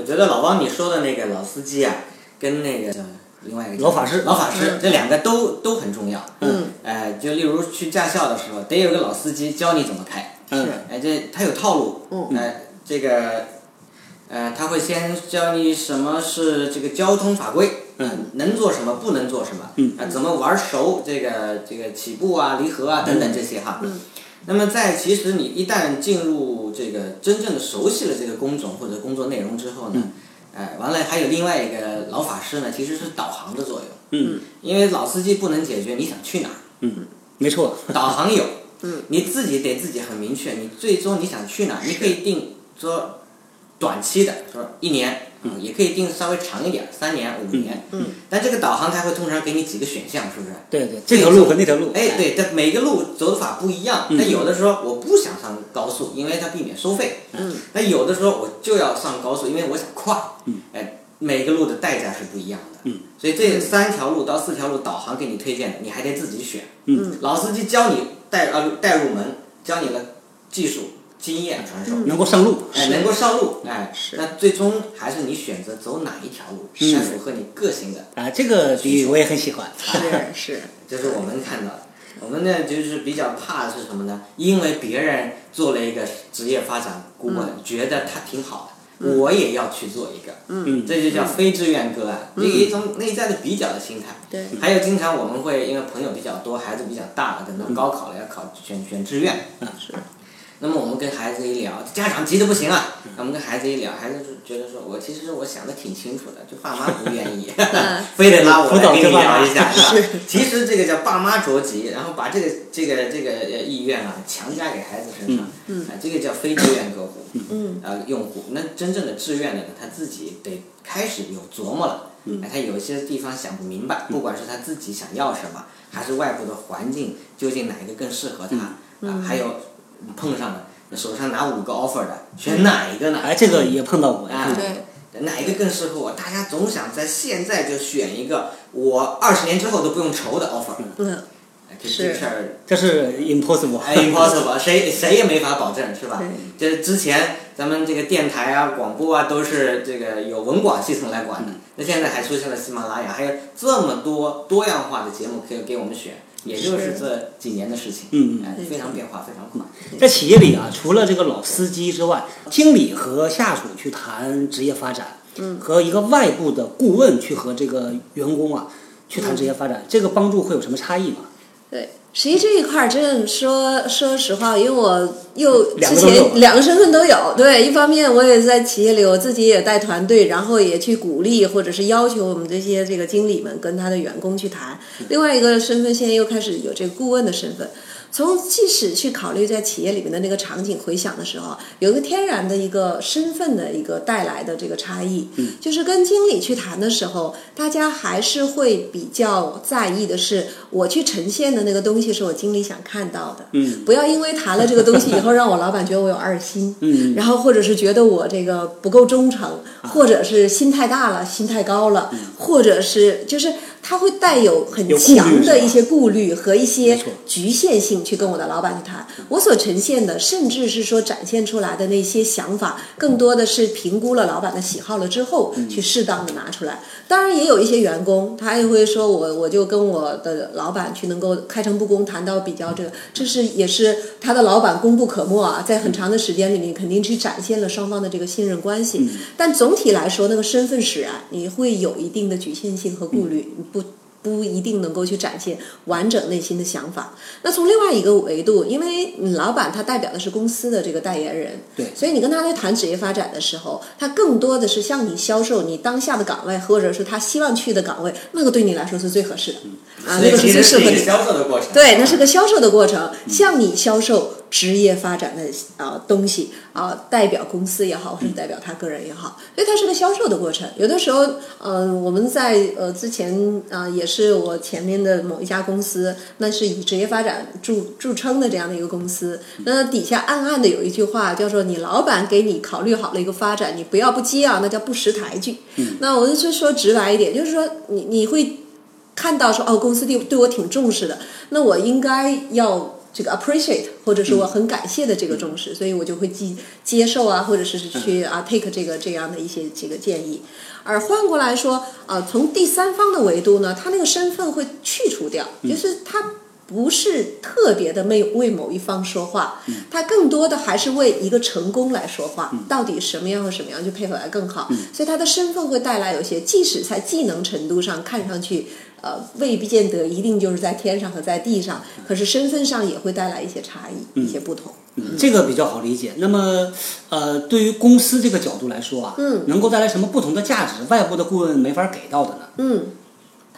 Speaker 3: 我觉得老汪你说的那个老司机啊，跟那个另外一个
Speaker 2: 老法师
Speaker 3: 老法师
Speaker 4: 嗯
Speaker 3: 这两个都都很重要。
Speaker 4: 嗯，
Speaker 3: 哎，就例如去驾校的时候，得有个老司机教你怎么开。
Speaker 2: 嗯
Speaker 4: 是
Speaker 3: 哎，这他有套路。
Speaker 4: 嗯
Speaker 3: 哎，这个，呃，他会先教你什么是这个交通法规，呃
Speaker 2: 嗯，
Speaker 3: 能做什么，不能做什么，嗯，啊，怎么玩熟这个这个起步啊、离合啊等等这些哈。嗯。那么在其实你一旦进入这个真正的熟悉了这个工种或者工作内容之后呢，哎，完了还有另外一个老法师呢，其实是导航的作用。
Speaker 2: 嗯，
Speaker 3: 因为老司机不能解决你想去哪儿，
Speaker 2: 没错，
Speaker 3: 导航有，嗯，你自己得自己很明确，你最终你想去哪儿，你可以定说短期的，说一年，嗯，也可以定稍微长一点，三年、五年，嗯，但这个导航它会通常给你几个选项，是不是？
Speaker 2: 对对，这条路和那条路，
Speaker 3: 哎，对，但每个路走法不一样。
Speaker 2: 嗯
Speaker 3: 那有的时候我不想上高速，因为它避免收费。嗯。那有的时候我就要上高速，因为我想快。嗯。哎，每个路的代价是不一样的。
Speaker 2: 嗯。
Speaker 3: 所以这三条路到四条路，导航给你推荐的，你还得自己选。嗯。老司机教你带呃带入门，教你了技术经验传授。
Speaker 2: 能够上路，
Speaker 3: 哎，能够上路，哎，
Speaker 4: 是
Speaker 3: 那最终还是你选择走哪一条路，
Speaker 2: 嗯
Speaker 3: 才符合你个性的。
Speaker 2: 啊，这个比喻我也很喜欢。
Speaker 4: 是是，
Speaker 3: 这是我们看到的。我们呢，就是比较怕的是什么呢？因为别人做了一个职业发展顾问，觉得他挺好的，我也要去做一个，
Speaker 2: 嗯
Speaker 3: 这就叫非志愿个案，这一种内在的比较的心态。
Speaker 4: 对
Speaker 3: 还有经常我们会因为朋友比较多，孩子比较大了，等
Speaker 2: 嗯
Speaker 3: 到高考了要考选选志愿，
Speaker 4: 是，
Speaker 3: 那么我们跟孩子一聊，家长急得不行了。我们跟孩子一聊，孩子就觉得说，我其实我想的挺清楚的，就爸妈不愿 意，非得拉我来跟你聊一下，是吧？其实这个叫爸妈着急，然后把这个这个这个呃意愿啊强加给孩子身上，啊，这个叫非志愿客户，嗯，啊，用户。那真正的志愿的呢，他自己得开始有琢磨了。哎，他有一些地方想不明白，不管是他自己想要什么，还是外部的环境究竟哪一个更适合他啊，还有碰上了，手上拿五个 offer 的，选哪一个呢？
Speaker 2: 哎，这个也碰到过，
Speaker 3: 啊，
Speaker 4: 对，
Speaker 3: 哪一个更适合我？大家总想在现在就选一个我二十年之后都不用愁的 offer。
Speaker 4: 嗯，
Speaker 3: 哎这
Speaker 4: 是
Speaker 3: 这事儿
Speaker 2: 这是 impossible，
Speaker 3: 哎 impossible，谁谁也没法保证，是吧
Speaker 4: 对？
Speaker 3: 就是之前咱们这个电台啊、广播啊，都是这个有文广系统来管的。那现在还出现了喜马拉雅，还有这么多多样化的节目可以给我们选，也就是
Speaker 4: 是
Speaker 3: 这几年的事情。
Speaker 2: 嗯嗯
Speaker 3: 哎，非常变化非常快。
Speaker 2: 在企业里啊，除了这个老司机之外，经理和下属去谈职业发展，嗯，和一个外部的顾问去和这个员工啊去谈职业发展，这个帮助会有什么差异吗？
Speaker 4: 对。实际这一块儿，真的说说实话，因为我又
Speaker 2: 两
Speaker 4: 之
Speaker 2: 个都有
Speaker 4: 前两个身份都有，对，一方面我也在企业里，我自己也带团队，然后也去鼓励或者是要求我们这些这个经理们跟他的员工去谈。另外一个身份现在又开始有这个顾问的身份，从即使去考虑在企业里面的那个场景回想的时候，有一个天然的一个身份的一个带来的这个差异，
Speaker 2: 嗯
Speaker 4: 就是跟经理去谈的时候，大家还是会比较在意的是，我去呈现的那个东西是我经理想看到的，
Speaker 2: 嗯
Speaker 4: 不要因为谈了这个东西以后，让我老板觉得我有二心，
Speaker 2: 嗯啊
Speaker 4: 然后或者是觉得我这个不够忠诚，或者是心太大了、心太高了，或者是就是他会带有很
Speaker 2: 嗯有顾虑
Speaker 4: 强
Speaker 2: 是吧
Speaker 4: 的一些顾虑和一些
Speaker 2: 没错
Speaker 4: 局限性去跟我的老板去谈。我所呈现的，甚至是说展现出来的那些想法，更多的是评估了老板的喜好了之后，
Speaker 2: 嗯
Speaker 4: 去适当的拿出来。当然，也有一些员工，他也会说我我就跟我的老板去能够开诚布公谈到比较这个，这是也是他的老板功不可没
Speaker 2: 嗯
Speaker 4: 啊，在很长的时间里，你肯定去展现了双方的这个信任关系。
Speaker 2: 嗯
Speaker 4: 但总体来说，那个身份使然，你会有一定的局限性和顾
Speaker 2: 嗯
Speaker 4: 虑，你不不一定能够去展现完整内心的想法。那从另外一个维度，因为你老板他代表的是公司的这个代言人，
Speaker 2: 对
Speaker 4: 所以你跟他在谈职业发展的时候，他更多的是向你销售你当下的岗位，或者是他希望去的岗位，那个对你来说是最合适的，啊，
Speaker 3: 所
Speaker 4: 那
Speaker 3: 以
Speaker 4: 个
Speaker 3: 其实
Speaker 4: 最适
Speaker 3: 是
Speaker 4: 合
Speaker 3: 一个
Speaker 4: 你。
Speaker 3: 销售的过程。
Speaker 4: 对，那是个销售的过程，向你销售职业发展的啊、呃东西啊、代表公司也好，或者代表他个人也好，所以它是个销售的过程。有的时候，嗯、我们在呃之前啊、呃也是我前面的某一家公司，那是以职业发展著著称的这样的一个公司，那底下暗暗的有一句话叫做“你老板给你考虑好了一个发展，你不要不接啊”，那叫不识抬举。那我就说直白一点，就是说你你会。看到说哦，公司对对我挺重视的，那我应该要这个 appreciate，或者是我很感谢的这个重视，所以我就会接接受啊，或者是去啊 take 这个这样的一些这个建议。而换过来说，啊，从第三方的维度呢，他那个身份会去除掉，就是他不是特别的为为某一方说话，他更多的还是为一个成功来说话，到底什么样和什么样去配合来更好，所以他的身份会带来有些，即使在技能程度上看上去。呃，未必见得一定就是在天上和在地上，可是身份上也会带来一些差异、一些不同。
Speaker 2: 这个比较好理解。那么，呃，对于公司这个角度来说啊，嗯，能够带来什么不同的价值？外部的顾问没法给到的呢？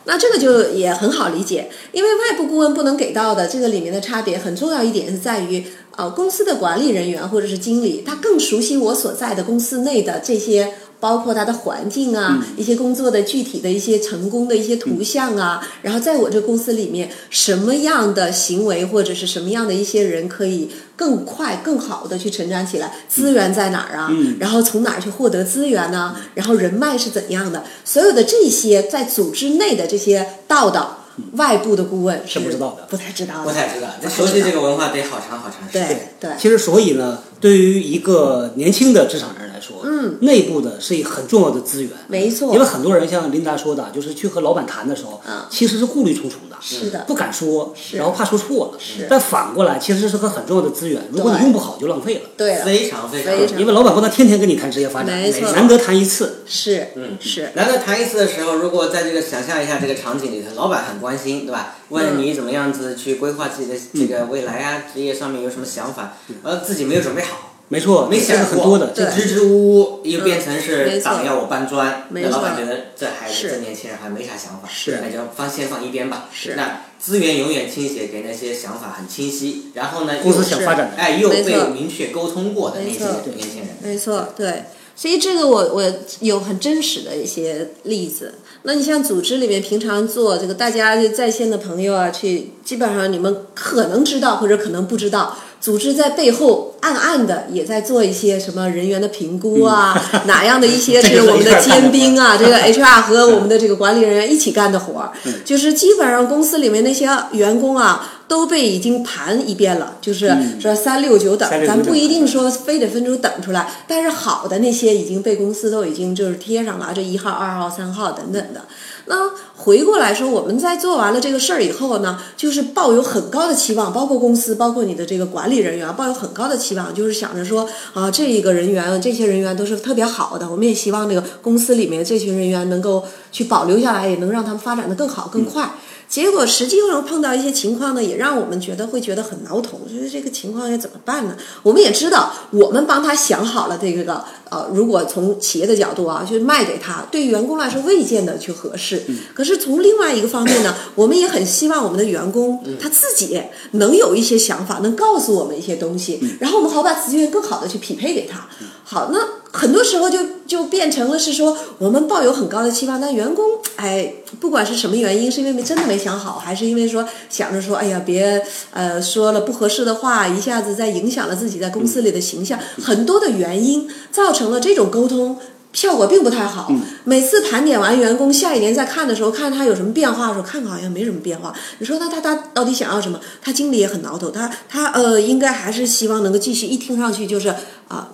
Speaker 4: 那这个就也很好理解，因为外部顾问不能给到的这个里面的差别很重要一点是在于，呃，公司的管理人员或者是经理，他更熟悉我所在的公司内的这些。包括它的环境啊，一些工作的具体的一些成功的一些图像啊，然后在我这公司里面，什么样的行为或者是什么样的一些人可以更快、更好的去成长起来，资源在哪儿啊？
Speaker 2: 嗯
Speaker 4: 然后从哪儿去获得资源呢？然后人脉是怎样的？所有的这些在组织内的这些道道，外部的顾问
Speaker 2: 嗯是不知道的
Speaker 4: 不太知道的，
Speaker 3: 不太知道，那熟悉这个文化得好长好长时间。
Speaker 4: 对对
Speaker 2: 其实所以呢，对于一个年轻的职场人来说，嗯，内部的是一很重要的资源，
Speaker 4: 没错
Speaker 2: 因为很多人像琳达说的，就是去和老板谈的时候，
Speaker 4: 嗯
Speaker 2: 其实是顾虑重重的，
Speaker 4: 是的
Speaker 2: 不敢说，然后怕说错了，
Speaker 4: 是
Speaker 2: 但反过来，其实是个很重要的资源，如果你
Speaker 4: 对
Speaker 2: 用不好就浪费了。
Speaker 4: 对了，
Speaker 3: 非常非常
Speaker 4: 非常
Speaker 2: 因为老板不能天天跟你谈职业发展，
Speaker 4: 没错
Speaker 2: 难得谈一次，
Speaker 4: 是
Speaker 3: 嗯
Speaker 4: 是
Speaker 3: 难道谈一次的时候，如果在这个想象一下这个场景里头，老板很关心，对
Speaker 4: 嗯
Speaker 3: 吧？问你怎么样子去规划自己的这个未来啊，职业上面有什么想法，呃，自己没有准备好，
Speaker 2: 没错，
Speaker 3: 没
Speaker 2: 这是
Speaker 3: 想
Speaker 2: 很多的，
Speaker 3: 就
Speaker 2: 这
Speaker 4: 嗯对
Speaker 3: 支支吾吾，又
Speaker 4: 嗯
Speaker 3: 变成是
Speaker 4: 没错
Speaker 3: 党要我搬砖，
Speaker 4: 嗯没
Speaker 3: 那老板
Speaker 4: 错
Speaker 3: 觉得这孩子
Speaker 4: 是
Speaker 3: 这年轻人还没啥想法，
Speaker 2: 是
Speaker 3: 那就放先放一边吧。
Speaker 4: 是
Speaker 3: 那资源永远倾斜给那些想法很清晰，然后呢，
Speaker 2: 公司
Speaker 3: 又
Speaker 2: 想
Speaker 4: 是
Speaker 2: 发展的，
Speaker 3: 哎又
Speaker 4: 没
Speaker 3: 被
Speaker 4: 错
Speaker 3: 明确沟通过的那
Speaker 4: 没
Speaker 3: 些
Speaker 4: 错
Speaker 3: 年轻人。
Speaker 4: 没错，对。所以这个我我有很真实的一些例子。那你像组织里面平常做这个，大家就在线的朋友啊，去基本上你们可能知道或者可能不知道，组织在背后暗暗的也在做一些什么人员的评估啊，哪样的一 些
Speaker 2: 嗯这
Speaker 4: 是
Speaker 2: 就是
Speaker 4: 我们的
Speaker 2: HR 干的
Speaker 4: 尖兵啊，这个 HR 和我们的这个管理人员一起干的活儿，就是基本上公司里面那些员工啊。都被已经盘一遍了，就是说嗯三六九等，嗯
Speaker 2: 369
Speaker 4: 咱不一定说非得分组等出来，但是好的那些已经被公司都已经就是贴上了，啊这一号、二号、三号等等的。那回过来说，我们在做完了这个事儿以后呢，就是抱有很高的期望，包括公司，包括你的这个管理人员，抱有很高的期望，就是想着说啊，这一个人员，这些人员都是特别好的，我们也希望这个公司里面这群人员能够去保留下来，也能让他们发展的更好更快。结果实际上碰到一些情况呢，也让我们觉得会觉得很挠头，就是这个情况该怎么办呢？我们也知道，我们帮他想好了这个呃，如果从企业的角度啊，就是卖给他，对员工来说未见得去合适。可是从另外一个方面呢，我们也很希望我们的员工他自己能有一些想法，能告诉我们一些东西，然后我们好把资源更好的去匹配给他。好，那很多时候就就变成了是说，我们抱有很高的期望，但员工哎，不管是什么原因，是因为没真的没想好，还是因为说想着说，哎呀，别呃说了不合适的话，一下子在影响了自己在公司里的形象，很多的原因造成了这种沟通。效果并不太好。每次盘点完员工，下一年再看的时候，看他有什么变化的时候，看看好像没什么变化。你说那他他到底想要什么？他经理也很挠头，他他呃，应该还是希望能够继续。一听上去就是啊、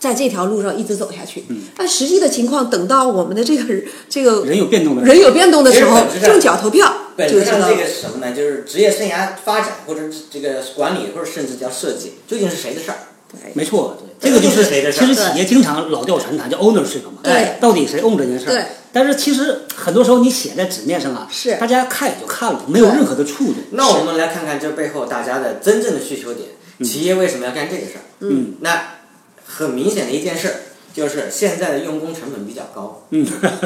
Speaker 4: 在这条路上一直走下去。但实际的情况，等到我们的这个这个
Speaker 2: 人有变动的时候
Speaker 4: 人有变动的时候
Speaker 3: 人有，变动
Speaker 4: 正脚投票
Speaker 3: 本
Speaker 4: 就
Speaker 3: 质
Speaker 4: 知
Speaker 3: 上
Speaker 4: 道
Speaker 3: 这。个是什么呢？就是职业生涯发展，或者这个管理，或者甚至叫设计，究竟是谁的事儿？
Speaker 2: 没错，这个就
Speaker 3: 这是谁的
Speaker 2: 是
Speaker 3: 事儿
Speaker 2: 其实企业经常老调传谈叫 ownership 嘛，
Speaker 4: 对
Speaker 2: 到底谁 own 这件事
Speaker 4: 对
Speaker 2: 儿？但是其实很多时候你写在纸面上啊，
Speaker 4: 是
Speaker 2: 大家看也就看了，没有
Speaker 4: 对
Speaker 2: 任何的触动。
Speaker 3: 那我们来嗯看看这背后大家的真正的需求点，企业为什么要干这个事儿？
Speaker 2: 嗯，
Speaker 3: 那很明显的一件事儿就是现在的用工成本比较高，
Speaker 2: 嗯，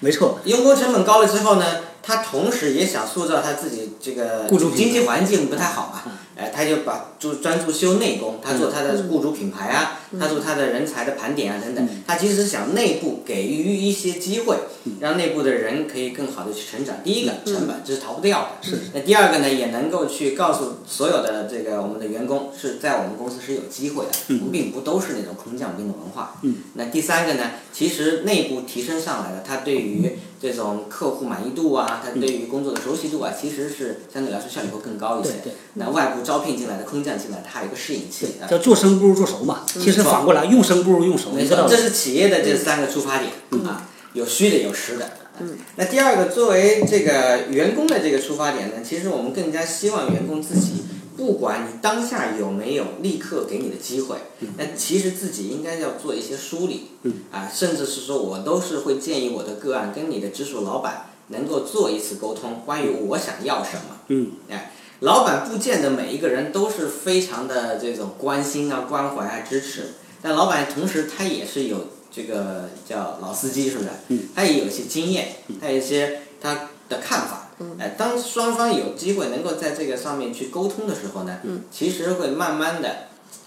Speaker 2: 没错，
Speaker 3: 用工成本高了之后呢，他同时也想塑造他自己这个
Speaker 2: 雇主品牌嗯
Speaker 3: 经济环境不太好嘛，哎，他就把就专注修内功，他做他的雇主品牌啊，
Speaker 2: 嗯
Speaker 3: 他做他的人才的盘点啊等等，他其实是想内部给予一些机会，
Speaker 2: 嗯
Speaker 3: 让内部的人可以更好的去成长。第一个成本这是逃不掉的，是。那第二个呢，也能够去告诉所有的这个我们的员工是在我们公司是有机会的，
Speaker 2: 嗯
Speaker 3: 我们并不都是那种空降兵的文化。嗯。那第三个呢，其实内部提升上来了，他对于这种客户满意度啊，他对于工作的熟悉度啊，其实是相对来说效率会更高一些。
Speaker 2: 对对
Speaker 3: 那外部招聘进来的空降进来，它有一个适应期啊。
Speaker 2: 叫做生不如做熟嘛。其实反过来，用生不如用熟，
Speaker 3: 嗯没
Speaker 2: 一个
Speaker 3: 错
Speaker 2: 道，理嗯
Speaker 3: 这。是企业的这三个出发点、啊，有虚的，有实的。嗯，那第二个，作为这个员工的这个出发点呢，其实我们更加希望员工自己，不管你当下有没有立刻给你的机会，
Speaker 2: 嗯
Speaker 3: 那其实自己应该要做一些梳理。嗯，啊，甚至是说我都是会建议我的个案跟你的直属老板能够做一次沟通，关于我想要什么。
Speaker 2: 嗯，
Speaker 3: 哎，老板不见得每一个人都是非常的这种关心啊、关怀啊、支持，但老板同时他也是有这个叫老司机，是不是？嗯，他也有一些经验，他有一些他的看法。嗯，哎，当双方有机会能够在这个上面去沟通的时候呢，嗯，其实会慢慢的。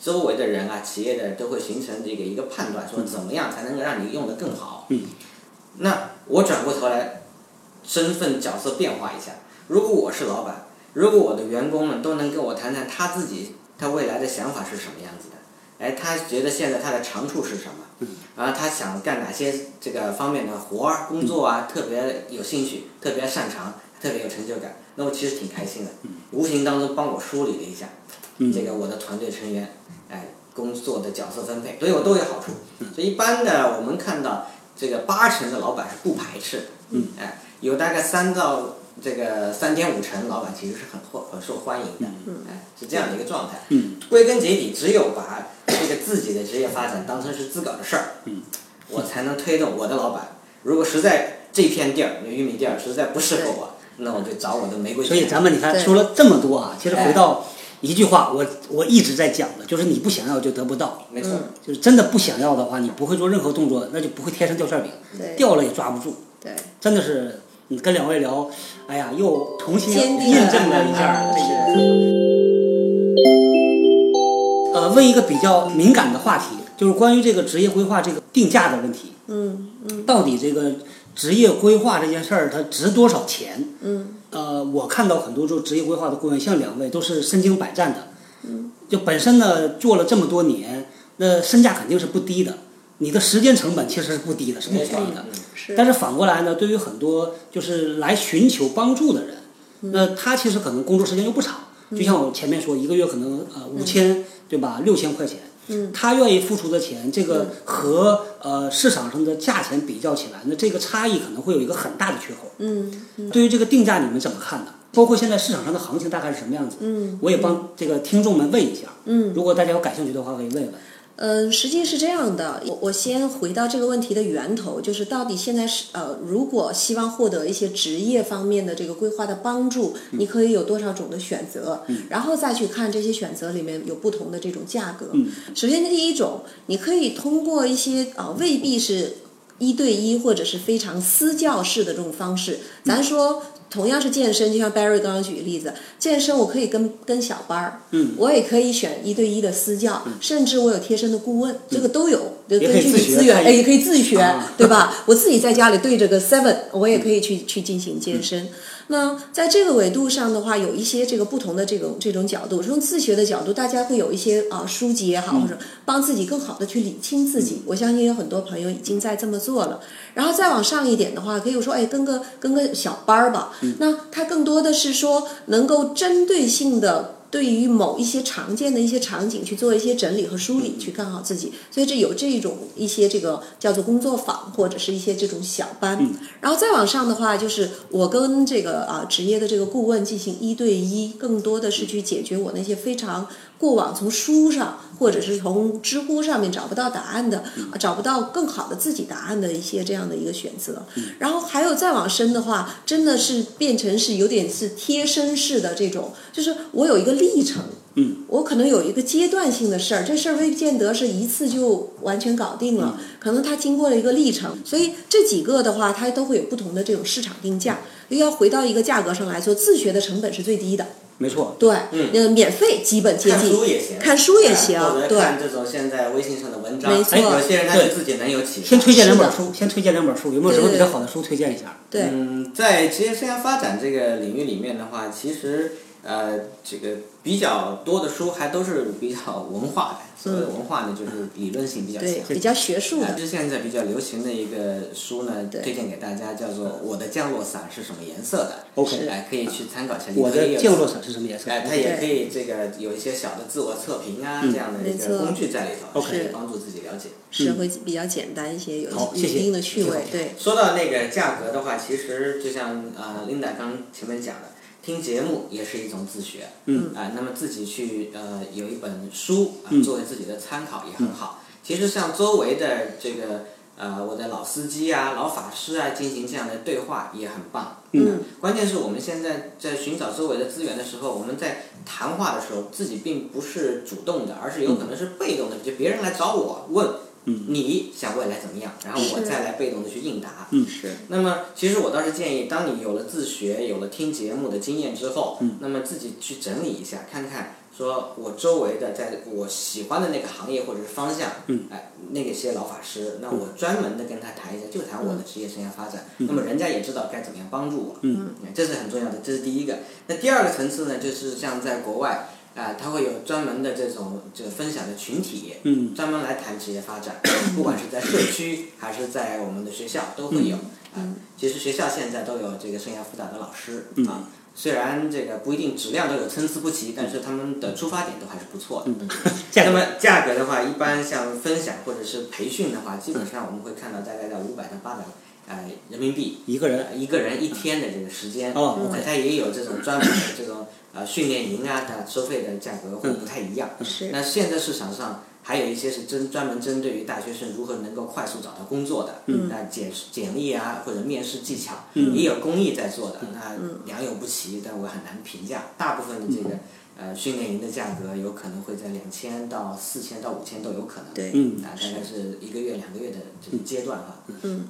Speaker 3: 周围的人啊，企业的人都会形成这个一个判断，说怎么样才能够让你用得更好。
Speaker 2: 嗯，
Speaker 3: 那我转过头来，身份角色变化一下。如果我是老板，如果我的员工们都能跟我谈谈他自己他未来的想法是什么样子的，哎，他觉得现在他的长处是什么，然后他想干哪些这个方面的活儿、工作啊，特别有兴趣，特别擅长，特别有成就感，那我其实挺开心的，无形当中帮我梳理了一下，
Speaker 2: 嗯
Speaker 3: 这个我的团队成员，哎，工作的角色分配，对我都有好处。所以一般的我们看到这个八成的老板是不排斥的，嗯，哎，有大概三到这个三点五成老板其实是很获很受欢迎的，嗯，哎，是这样的一个状态。
Speaker 2: 嗯，
Speaker 3: 归根结底，只有把这个自己的职业发展当成是自个儿的事儿，
Speaker 2: 嗯，
Speaker 3: 我才能推动我的老板。如果实在这片地儿玉米地儿实在不适合我，那我就找我的玫瑰。
Speaker 2: 所以咱们你看
Speaker 4: 对
Speaker 2: 说了这么多啊，其实回到一句话，我我一直在讲的，就是你不想要就得不到，
Speaker 3: 没错，
Speaker 2: 就是真的不想要的话，你不会做任何动作，那就不会天上掉馅饼，
Speaker 4: 对
Speaker 2: 掉了也抓不住。
Speaker 4: 对，
Speaker 2: 真的是，你跟两位聊，哎呀，又重新
Speaker 4: 坚定
Speaker 2: 印证了一下这
Speaker 4: 是
Speaker 2: 个。呃，问一个比较敏感的话题，就是关于这个职业规划这个定价的问题。
Speaker 4: 嗯嗯
Speaker 2: 到底这个职业规划这件事儿它值多少钱？
Speaker 4: 嗯，
Speaker 2: 呃，我看到很多做职业规划的顾问，像两位都是身经百战的。嗯，就本身呢做了这么多年，那身价肯定是不低的，你的时间成本其实是不低的，是不
Speaker 3: 没
Speaker 2: 便
Speaker 3: 错
Speaker 2: 宜的。
Speaker 3: 嗯
Speaker 4: 是
Speaker 2: 但是反过来呢，对于很多就是来寻求帮助的人，那他其实可能工作时间又不长，就像我前面说，一个月可能呃五千对吧，六千块钱。嗯，他愿意付出的钱，这个和呃市场上的价钱比较起来，那这个差异可能会有一个很大的缺口。
Speaker 4: 嗯
Speaker 2: 对于这个定价，你们怎么看呢？包括现在市场上的行情大概是什么样子？嗯，我也帮这个听众们问一下。嗯，如果大家有感兴趣的话，可以问一问。
Speaker 4: 嗯，实际是这样的，我我先回到这个问题的源头，就是到底现在是呃，如果希望获得一些职业方面的这个规划的帮助，你可以有多少种的选择，然后再去看这些选择里面有不同的这种价格。首先第一种，你可以通过一些呃未必是一对一或者是非常私教式的这种方式，咱说。同样是健身，就像 Barry 刚刚举的例子，健身我可以跟跟小班儿，嗯，我也可以选一对一的私教，甚至我有贴身的顾问，这个都有，就
Speaker 2: 嗯也可以
Speaker 4: 根据
Speaker 2: 自
Speaker 4: 你
Speaker 2: 学
Speaker 4: 资源，
Speaker 2: 看
Speaker 4: 哎，也可以自学，
Speaker 2: 啊
Speaker 4: 对吧？我自己在家里对着个 Seven，我也可以去、去进行健身。那在这个维度上的话，有一些这个不同的这种这种角度，从自学的角度，大家会有一些啊、书籍也好，或者帮自己更好的去理清自己。我相信有很多朋友已经在这么做了。然后再往上一点的话，可以说，哎，跟个跟个小班儿吧。那它更多的是说能够针对性的。对于某一些常见的一些场景去做一些整理和梳理，去看好自己，所以这有这种一些这个叫做工作坊或者是一些这种小班，然后再往上的话，就是我跟这个啊职业的这个顾问进行一对一，更多的是去解决我那些非常过往从书上或者是从知乎上面找不到答案的，啊找不到更好的自己答案的一些这样的一个选择。然后还有再往深的话，真的是变成是有点是贴身式的这种，就是我有一个历程。我可能有一个阶段性的事儿，这事儿未见得是一次就完全搞
Speaker 3: 嗯
Speaker 4: 定了，可能它经过了一个历程，所以这几个的话，它都会有不同的这种市场定价。又要回到一个价格上来说，自学的成本是最低的，
Speaker 2: 没错，
Speaker 4: 对，嗯，免费基本接
Speaker 3: 看
Speaker 4: 近，
Speaker 3: 书也行，哎
Speaker 4: 看书也行
Speaker 3: 或者
Speaker 4: 对
Speaker 3: 看这种现在微信上的文章，
Speaker 4: 没错
Speaker 3: 哎有些人他
Speaker 2: 对
Speaker 3: 对自己能有启
Speaker 2: 先
Speaker 3: 发。
Speaker 2: 推荐两本
Speaker 4: 是
Speaker 2: 书，先推荐两本书，有没有什么比较好的书推荐一下？
Speaker 4: 对，
Speaker 3: 嗯，在职业生涯发展这个领域里面的话，其实呃，这个比较多的书还都是比较文化的。所谓的文化呢，就是理论性比较
Speaker 4: 嗯对
Speaker 3: 强，。
Speaker 4: 比较学
Speaker 2: 嗯
Speaker 4: 术
Speaker 3: 啊，
Speaker 4: 的，
Speaker 3: 这是现在比较流行的一个书呢，
Speaker 4: 对
Speaker 3: 推荐给大家，叫做《我的降落伞是什么颜色的》。
Speaker 2: OK
Speaker 3: 哎，可以去参考一下。你
Speaker 2: 我
Speaker 3: 可以
Speaker 2: 的
Speaker 3: 有
Speaker 2: 降落伞是什么颜色
Speaker 3: 哎，它也可以这个有一些小的自我测评啊，这样的一
Speaker 4: 没
Speaker 3: 个
Speaker 4: 错
Speaker 3: 工具在里头，
Speaker 2: OK
Speaker 3: 可以帮助自己了解。
Speaker 4: 是会比较简单一些，有
Speaker 2: 好
Speaker 4: 一
Speaker 2: 谢谢
Speaker 4: 一定的趣味，对，
Speaker 3: 说到那个价格的话，其实就像呃 Linda 刚前面讲的，听节目也是一种自学，嗯啊、那么自己去呃有一本书啊、作为自己的参考也很好。其实像周围的这个呃我的老司机啊、老法师啊进行这样的对话也很棒。嗯，关键是我们现在在寻找周围的资源的时候，我们在谈话的时候，自己并不是主动的，而是有可能是被动的，就别人来找我问。嗯你想未来怎么样，然后我
Speaker 4: 是
Speaker 3: 再来被动的去应答。
Speaker 4: 是
Speaker 3: 那么，其实我倒是建议，当你有了自学、有了听节目的经验之后，那么自己去整理一下，看看说我周围的，在我喜欢的那个行业或者是方向，哎，那个些老法师，那我专门的跟他谈一下，就谈我的职业生涯发展。那么人家也知道该怎么样帮助我，嗯，这是很重要的，这是第一个。那第二个层次呢，就是像在国外。啊、他会有专门的这种这个分享的群体，嗯，专门来谈职业发展，不管是在社区还是在我们的学校都会有。啊，其实学校现在都有这个生涯辅导的老师啊，虽然这个不一定质量都有参差不齐，但是他们的出发点都还是不错的。
Speaker 2: 价
Speaker 3: 那
Speaker 2: 格
Speaker 3: 么价格的话，一般像分享或者是培训的话，基本上我们会看到大概在五百到八百呃人民币
Speaker 2: 一个人
Speaker 3: 呃一个人一天的这个时间。
Speaker 2: 哦
Speaker 3: 可它也有这种专门的这种呃训练营啊，它收费的价格会不太一样。
Speaker 4: 是
Speaker 3: 那现在市场上还有一些是针专门针对于大学生如何能够快速找到工作的，那简简历啊或者面试技巧，也有公益在做的，那良莠不齐，但我很难评价。大部分的这个、呃训练营的价格有可能会在两千到四千到五千都有可能，
Speaker 4: 对
Speaker 2: 嗯
Speaker 3: 啊，大概是一个月两个月的这个阶段哈、嗯。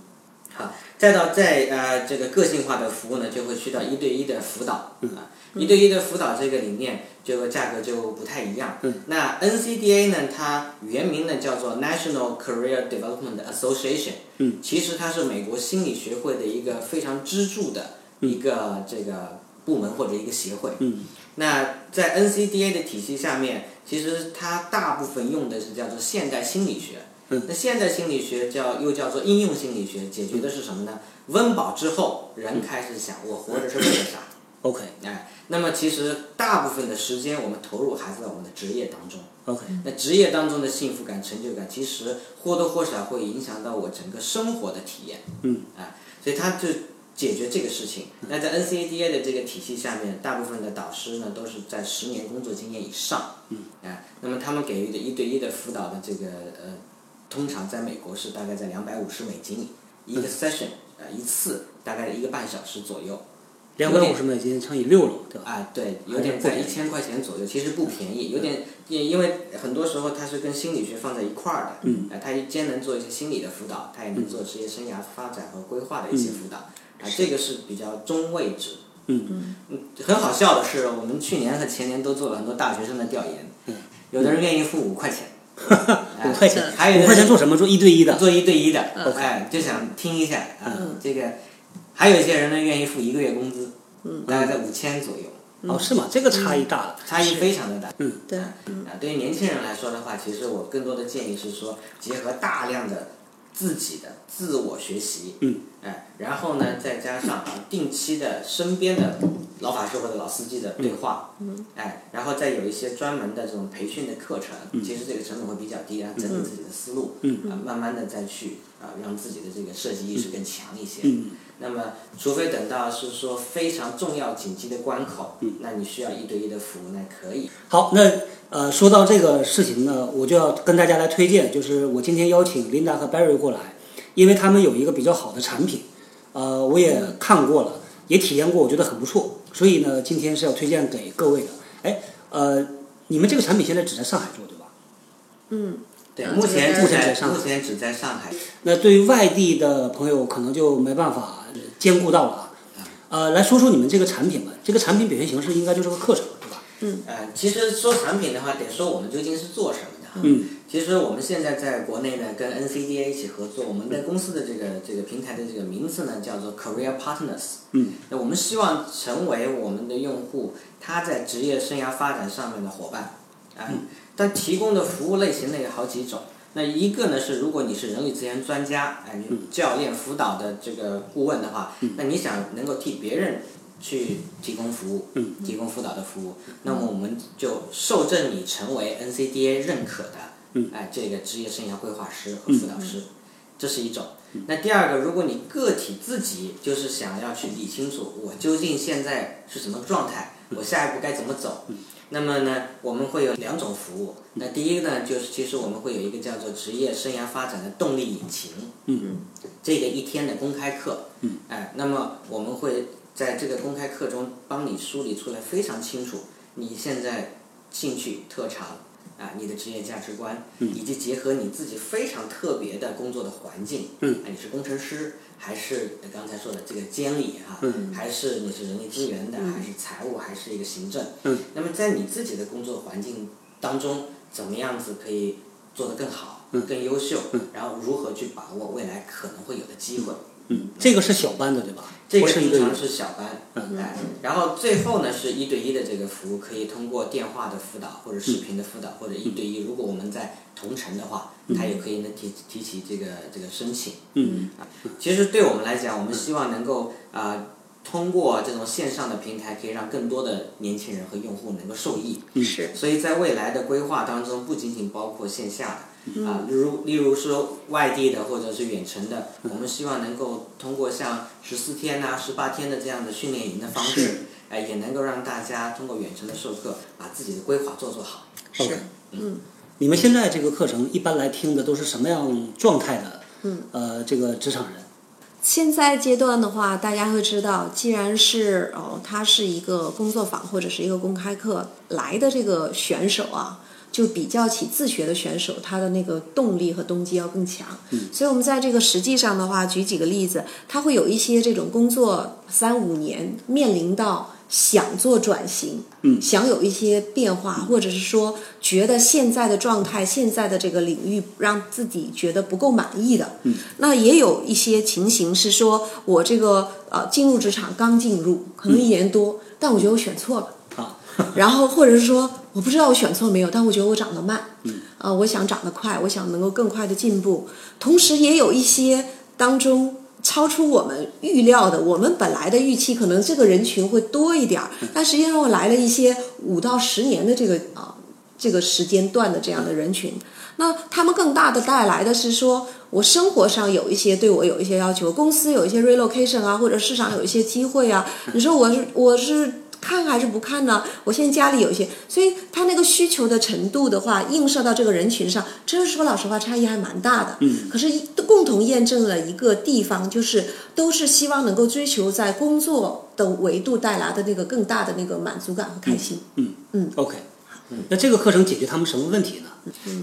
Speaker 3: 好，再到再呃这个个性化的服务呢，就会去到一对一的辅导啊，一对一的辅导这个理念，就价格就不太一样。那 NCDA 呢，它原名呢叫做 National Career Development Association，嗯，其实它是美国心理学会的一个非常支柱的一个这个部门或者一个协会，嗯，那在 NCDA 的体系下面，其实它大部分用的是叫做现代心理学。
Speaker 2: 嗯
Speaker 3: 那现代心理学叫又叫做应用心理学，解决的是什么呢？温饱之后，人开始想我活着是为了啥？
Speaker 2: OK
Speaker 3: 哎，那么其实大部分的时间我们投入还是在我们的职业当中。
Speaker 2: OK，
Speaker 3: 那职业当中的幸福感、成就感，其实或多或少会影响到我整个生活的体验。
Speaker 2: 嗯，
Speaker 3: 啊，所以他就解决这个事情。那在 NCADA 的这个体系下面，大部分的导师呢都是在十年工作经验以上。嗯，啊，那么他们给予的一对一的辅导的这个呃，通常在美国是大概在两百五十美金一个 session，呃，一次大概一个半小时左右。
Speaker 2: 两百五十美金乘以六了，对吧？
Speaker 3: 啊，对，有点在一千块钱左右，其实不便宜，有点也因为很多时候它是跟心理学放在一块儿的，
Speaker 2: 嗯，
Speaker 3: 啊，它兼能做一些心理的辅导，它也能做职业生涯发展和规划的一些辅导，啊，这个是比较中位置。
Speaker 2: 嗯
Speaker 3: 很好笑的是，我们去年和前年都做了很多大学生的调研，
Speaker 2: 嗯
Speaker 3: 有的人愿意付 五块钱，啊
Speaker 2: 五块钱，
Speaker 3: 嗯哎还有的
Speaker 2: 五块钱做什么？做一对一的。
Speaker 3: 做一对一的，
Speaker 4: 嗯
Speaker 3: 哎，就想听一下啊
Speaker 4: 嗯，
Speaker 3: 这个，还有一些人呢愿意付一个月工资，
Speaker 2: 嗯
Speaker 3: 大概在五千左右，
Speaker 2: 哦，是吗？
Speaker 3: 嗯
Speaker 2: 这个差异大了。
Speaker 3: 差异非常的大。
Speaker 2: 嗯
Speaker 4: 对，
Speaker 3: 啊，对于年轻人来说的话，其实我更多的建议是说，结合大量的自己的自我学习，
Speaker 2: 嗯，
Speaker 3: 哎，然后呢，再加上啊定期的身边的老法师或者老司机的对话，嗯，哎，然后再有一些专门的这种培训的课程，其实这个成本会比较低，然后整理自己的思路，
Speaker 2: 嗯
Speaker 3: 啊，慢慢的再去啊，让自己的这个设计意识更强一些，
Speaker 2: 嗯
Speaker 3: 那么，除非等到是说非常重要紧急的关口，嗯，那你需要一对一的服务，那可以，
Speaker 2: 好，那呃，说到这个事情呢，我就要跟大家来推荐，就是我今天邀请 Linda 和 Barry 过来，因为他们有一个比较好的产品，呃，我也看过了，也体验过，我觉得很不错，所以呢，今天是要推荐给各位的。哎，呃，你们这个产品现在只在上海做对吧？
Speaker 3: 对，
Speaker 4: 嗯
Speaker 3: 目前
Speaker 2: 这
Speaker 3: 只
Speaker 2: 个
Speaker 3: 在
Speaker 2: 在上海
Speaker 3: 目前只在上海。
Speaker 2: 那对于外地的朋友，可能就没办法呃兼顾到了啊。呃，来说说你们这个产品吧，这个产品表现形式应该就是个课程，对吧？
Speaker 3: 呃，其实说产品的话，得说我们究竟是做什么的哈。
Speaker 2: 嗯。
Speaker 3: 其实我们现在在国内呢，跟 NCDA 一起合作，我们的公司的这个这个平台的这个名字呢，叫做 Career Partners。
Speaker 2: 嗯。
Speaker 3: 那我们希望成为我们的用户他在职业生涯发展上面的伙伴。啊、
Speaker 2: 嗯
Speaker 3: 但提供的服务类型呢有好几种。那一个呢是，如果你是人力资源专家，哎、
Speaker 2: 嗯
Speaker 3: 你教练辅导的这个顾问的话，那你想能够替别人去提供服务，
Speaker 2: 嗯
Speaker 3: 提供辅导的服务，那么我们就授证你成为 NCDA 认可的，
Speaker 2: 嗯
Speaker 3: 哎、这个职业生涯规划师和辅导师，这是一种。
Speaker 2: 嗯
Speaker 3: 那第二个，如果你个体自己就是想要去理清楚我究竟现在是什么状态，我下一步该怎么走，
Speaker 2: 嗯
Speaker 3: 那么呢，我们会有两种服务。那第一个呢，就是其实我们会有一个叫做职业生涯发展的动力引擎，
Speaker 2: 嗯
Speaker 3: 这个一天的公开课，
Speaker 2: 嗯，
Speaker 3: 哎，那么我们会在这个公开课中帮你梳理出来非常清楚你现在兴趣特长啊，你的职业价值观，
Speaker 2: 嗯
Speaker 3: 以及结合你自己非常特别的工作的环境，
Speaker 2: 嗯
Speaker 3: 啊，你是工程师还是刚才说的这个监理哈、
Speaker 2: 嗯
Speaker 3: 还是你是人力资源的，还是财务，还是一个行政，
Speaker 2: 嗯，
Speaker 3: 那么在你自己的工作环境当中，怎么样子可以做得更好、
Speaker 2: 嗯
Speaker 3: 更优秀，然后如何去把握未来可能会有的机会。
Speaker 2: 嗯，这个是小班的对吧？
Speaker 3: 这个
Speaker 2: 不是一
Speaker 3: 通
Speaker 2: 对一嗯
Speaker 3: 常是小班，哎，然后最后呢是一对一的这个服务，可以通过电话的辅导，或者视频的辅导，或者一
Speaker 2: 嗯
Speaker 3: 对一。如果我们在同城的话，他也可以呢提提起这个这个申请。
Speaker 2: 嗯
Speaker 3: 其实对我们来讲，我们希望能够啊、呃通过这种线上的平台，可以让更多的年轻人和用户能够受益。
Speaker 4: 是
Speaker 3: 所以在未来的规划当中，不仅仅包括线下的啊，例如例如说外地的或者是远程的，我们希望能够通过像十四天呐、十八天的这样的训练营的方
Speaker 2: 是
Speaker 3: 式，哎、也能够让大家通过远程的授课，把自己的规划做做好。
Speaker 2: OK
Speaker 4: 是，
Speaker 2: 你们现在这个课程一般来听的都是什么样状态的？嗯，呃，这个职场人，
Speaker 4: 现在阶段的话，大家会知道，既然是哦，它是一个工作坊或者是一个公开课来的这个选手啊，就比较起自学的选手，他的那个动力和动机要更强。嗯、所以我们在这个实际上的话，举几个例子，他会有一些这种工作三五年面临到。想做转型，嗯，想有一些变化，或者是说觉得现在的状态、现在的这个领域让自己觉得不够满意的，嗯，那也有一些情形是说我这个呃进入职场刚进入，可能一年多，但我觉得我选错了，
Speaker 2: 啊，
Speaker 4: 然后或者是说我我不知道我选错没有，但我觉得我长得慢，啊，我想长得快，我想能够更快的进步，同时也有一些当中。超出我们预料的，我们本来的预期可能这个人群会多一点儿，但实际上我来了一些五到十年的这个啊这个时间段的这样的人群，那他们更大的带来的是说我生活上有一些对我有一些要求，公司有一些 relocation 啊，或者市场有一些机会啊，你说我是我是看还是不看呢？我现在家里有一些，所以他那个需求的程度的话，映射到这个人群上，真是说老实话，差异还蛮大的。嗯，可是一共同验证了一个地方，就是都是希望能够追求在工作的维度带来的那个更大的那个满足感和开心。
Speaker 2: OK，那嗯这个课程解决他们什么问题呢？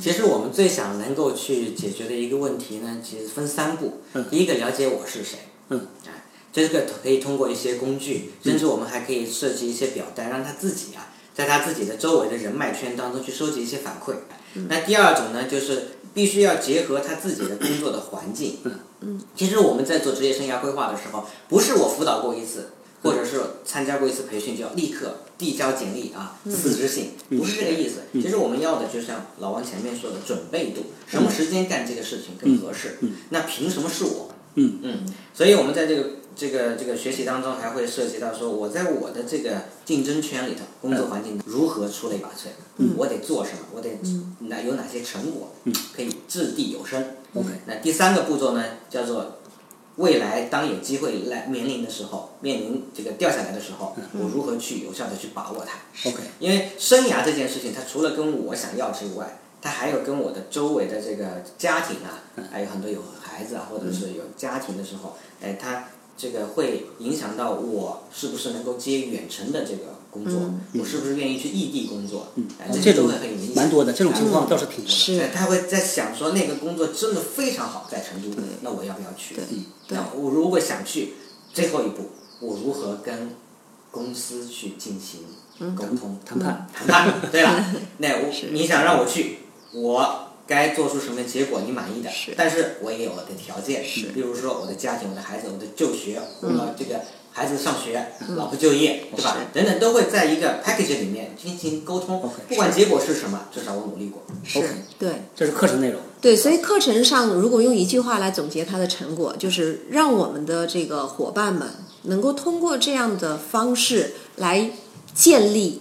Speaker 3: 其实我们最想能够去解决的一个问题呢，其实分三步。第一个了解我是谁。
Speaker 2: 嗯。
Speaker 3: 哎，这个可以通过一些工具，甚至我们还可以设计一些表单，让他自己啊，在他自己的周围的人脉圈当中去收集一些反馈。啊那第二种呢，就是必须要结合他自己的工作的环境。嗯嗯。其实我们在做职业生涯规划的时候，不是我辅导过一次。或者是参加过一次培训，就要立刻递交简历啊，辞职信，不是这个意思。其实我们要的就像老王前面说的准备度，什
Speaker 2: 嗯
Speaker 3: 么时间干这个事情更合适？那凭什么是我？
Speaker 2: 嗯
Speaker 3: 嗯，所以我们在这个这个这个学习当中，还会涉及到说，我在我的这个竞争圈里头，工
Speaker 2: 嗯
Speaker 3: 作环境如何出类拔萃？我得做什么？我得哪有哪些成果？
Speaker 2: 嗯
Speaker 3: 可以掷地有声。OK，那第三个步骤呢，叫做未来当有机会来面临的时候，面临这个掉下来的时候，我如何去有效的去把握它
Speaker 2: OK
Speaker 3: 因为生涯这件事情，它除了跟我想要之外，它还有跟我的周围的这个家庭啊，还有很多有孩子啊，或者是有家庭的时候，哎，它这个会影响到我是不是能够接远程的这个工作，我是不是愿意去异地工作，哎，这
Speaker 2: 这
Speaker 3: 些都
Speaker 2: 种
Speaker 3: 会很影响。
Speaker 2: 蛮多的，这种情
Speaker 3: 嗯
Speaker 2: 况倒是挺多的。
Speaker 4: 是
Speaker 3: 对，他会在想说那个工作真的非常好，在成都，那我要不要去？
Speaker 4: 对
Speaker 3: 那我如果想去，最后一步我如何跟公司去进行
Speaker 4: 嗯
Speaker 3: 沟通、
Speaker 2: 谈判
Speaker 3: 谈判？对 吧？那我你想让我去，我该做出什么结果你满意的？
Speaker 4: 是
Speaker 3: 但是我也有我的条件，比如说我的家庭、我的孩子、我的就学，我
Speaker 4: 嗯
Speaker 3: 的这个孩子上学、老婆就业，对吧？等等，都会在一个 package 里面进行沟通。不管结果是什么，至少我努力过。
Speaker 4: 是对。
Speaker 2: 这是课程内容。
Speaker 4: 对，所以课程上如果用一句话来总结它的成果，就是让我们的这个伙伴们能够通过这样的方式来建立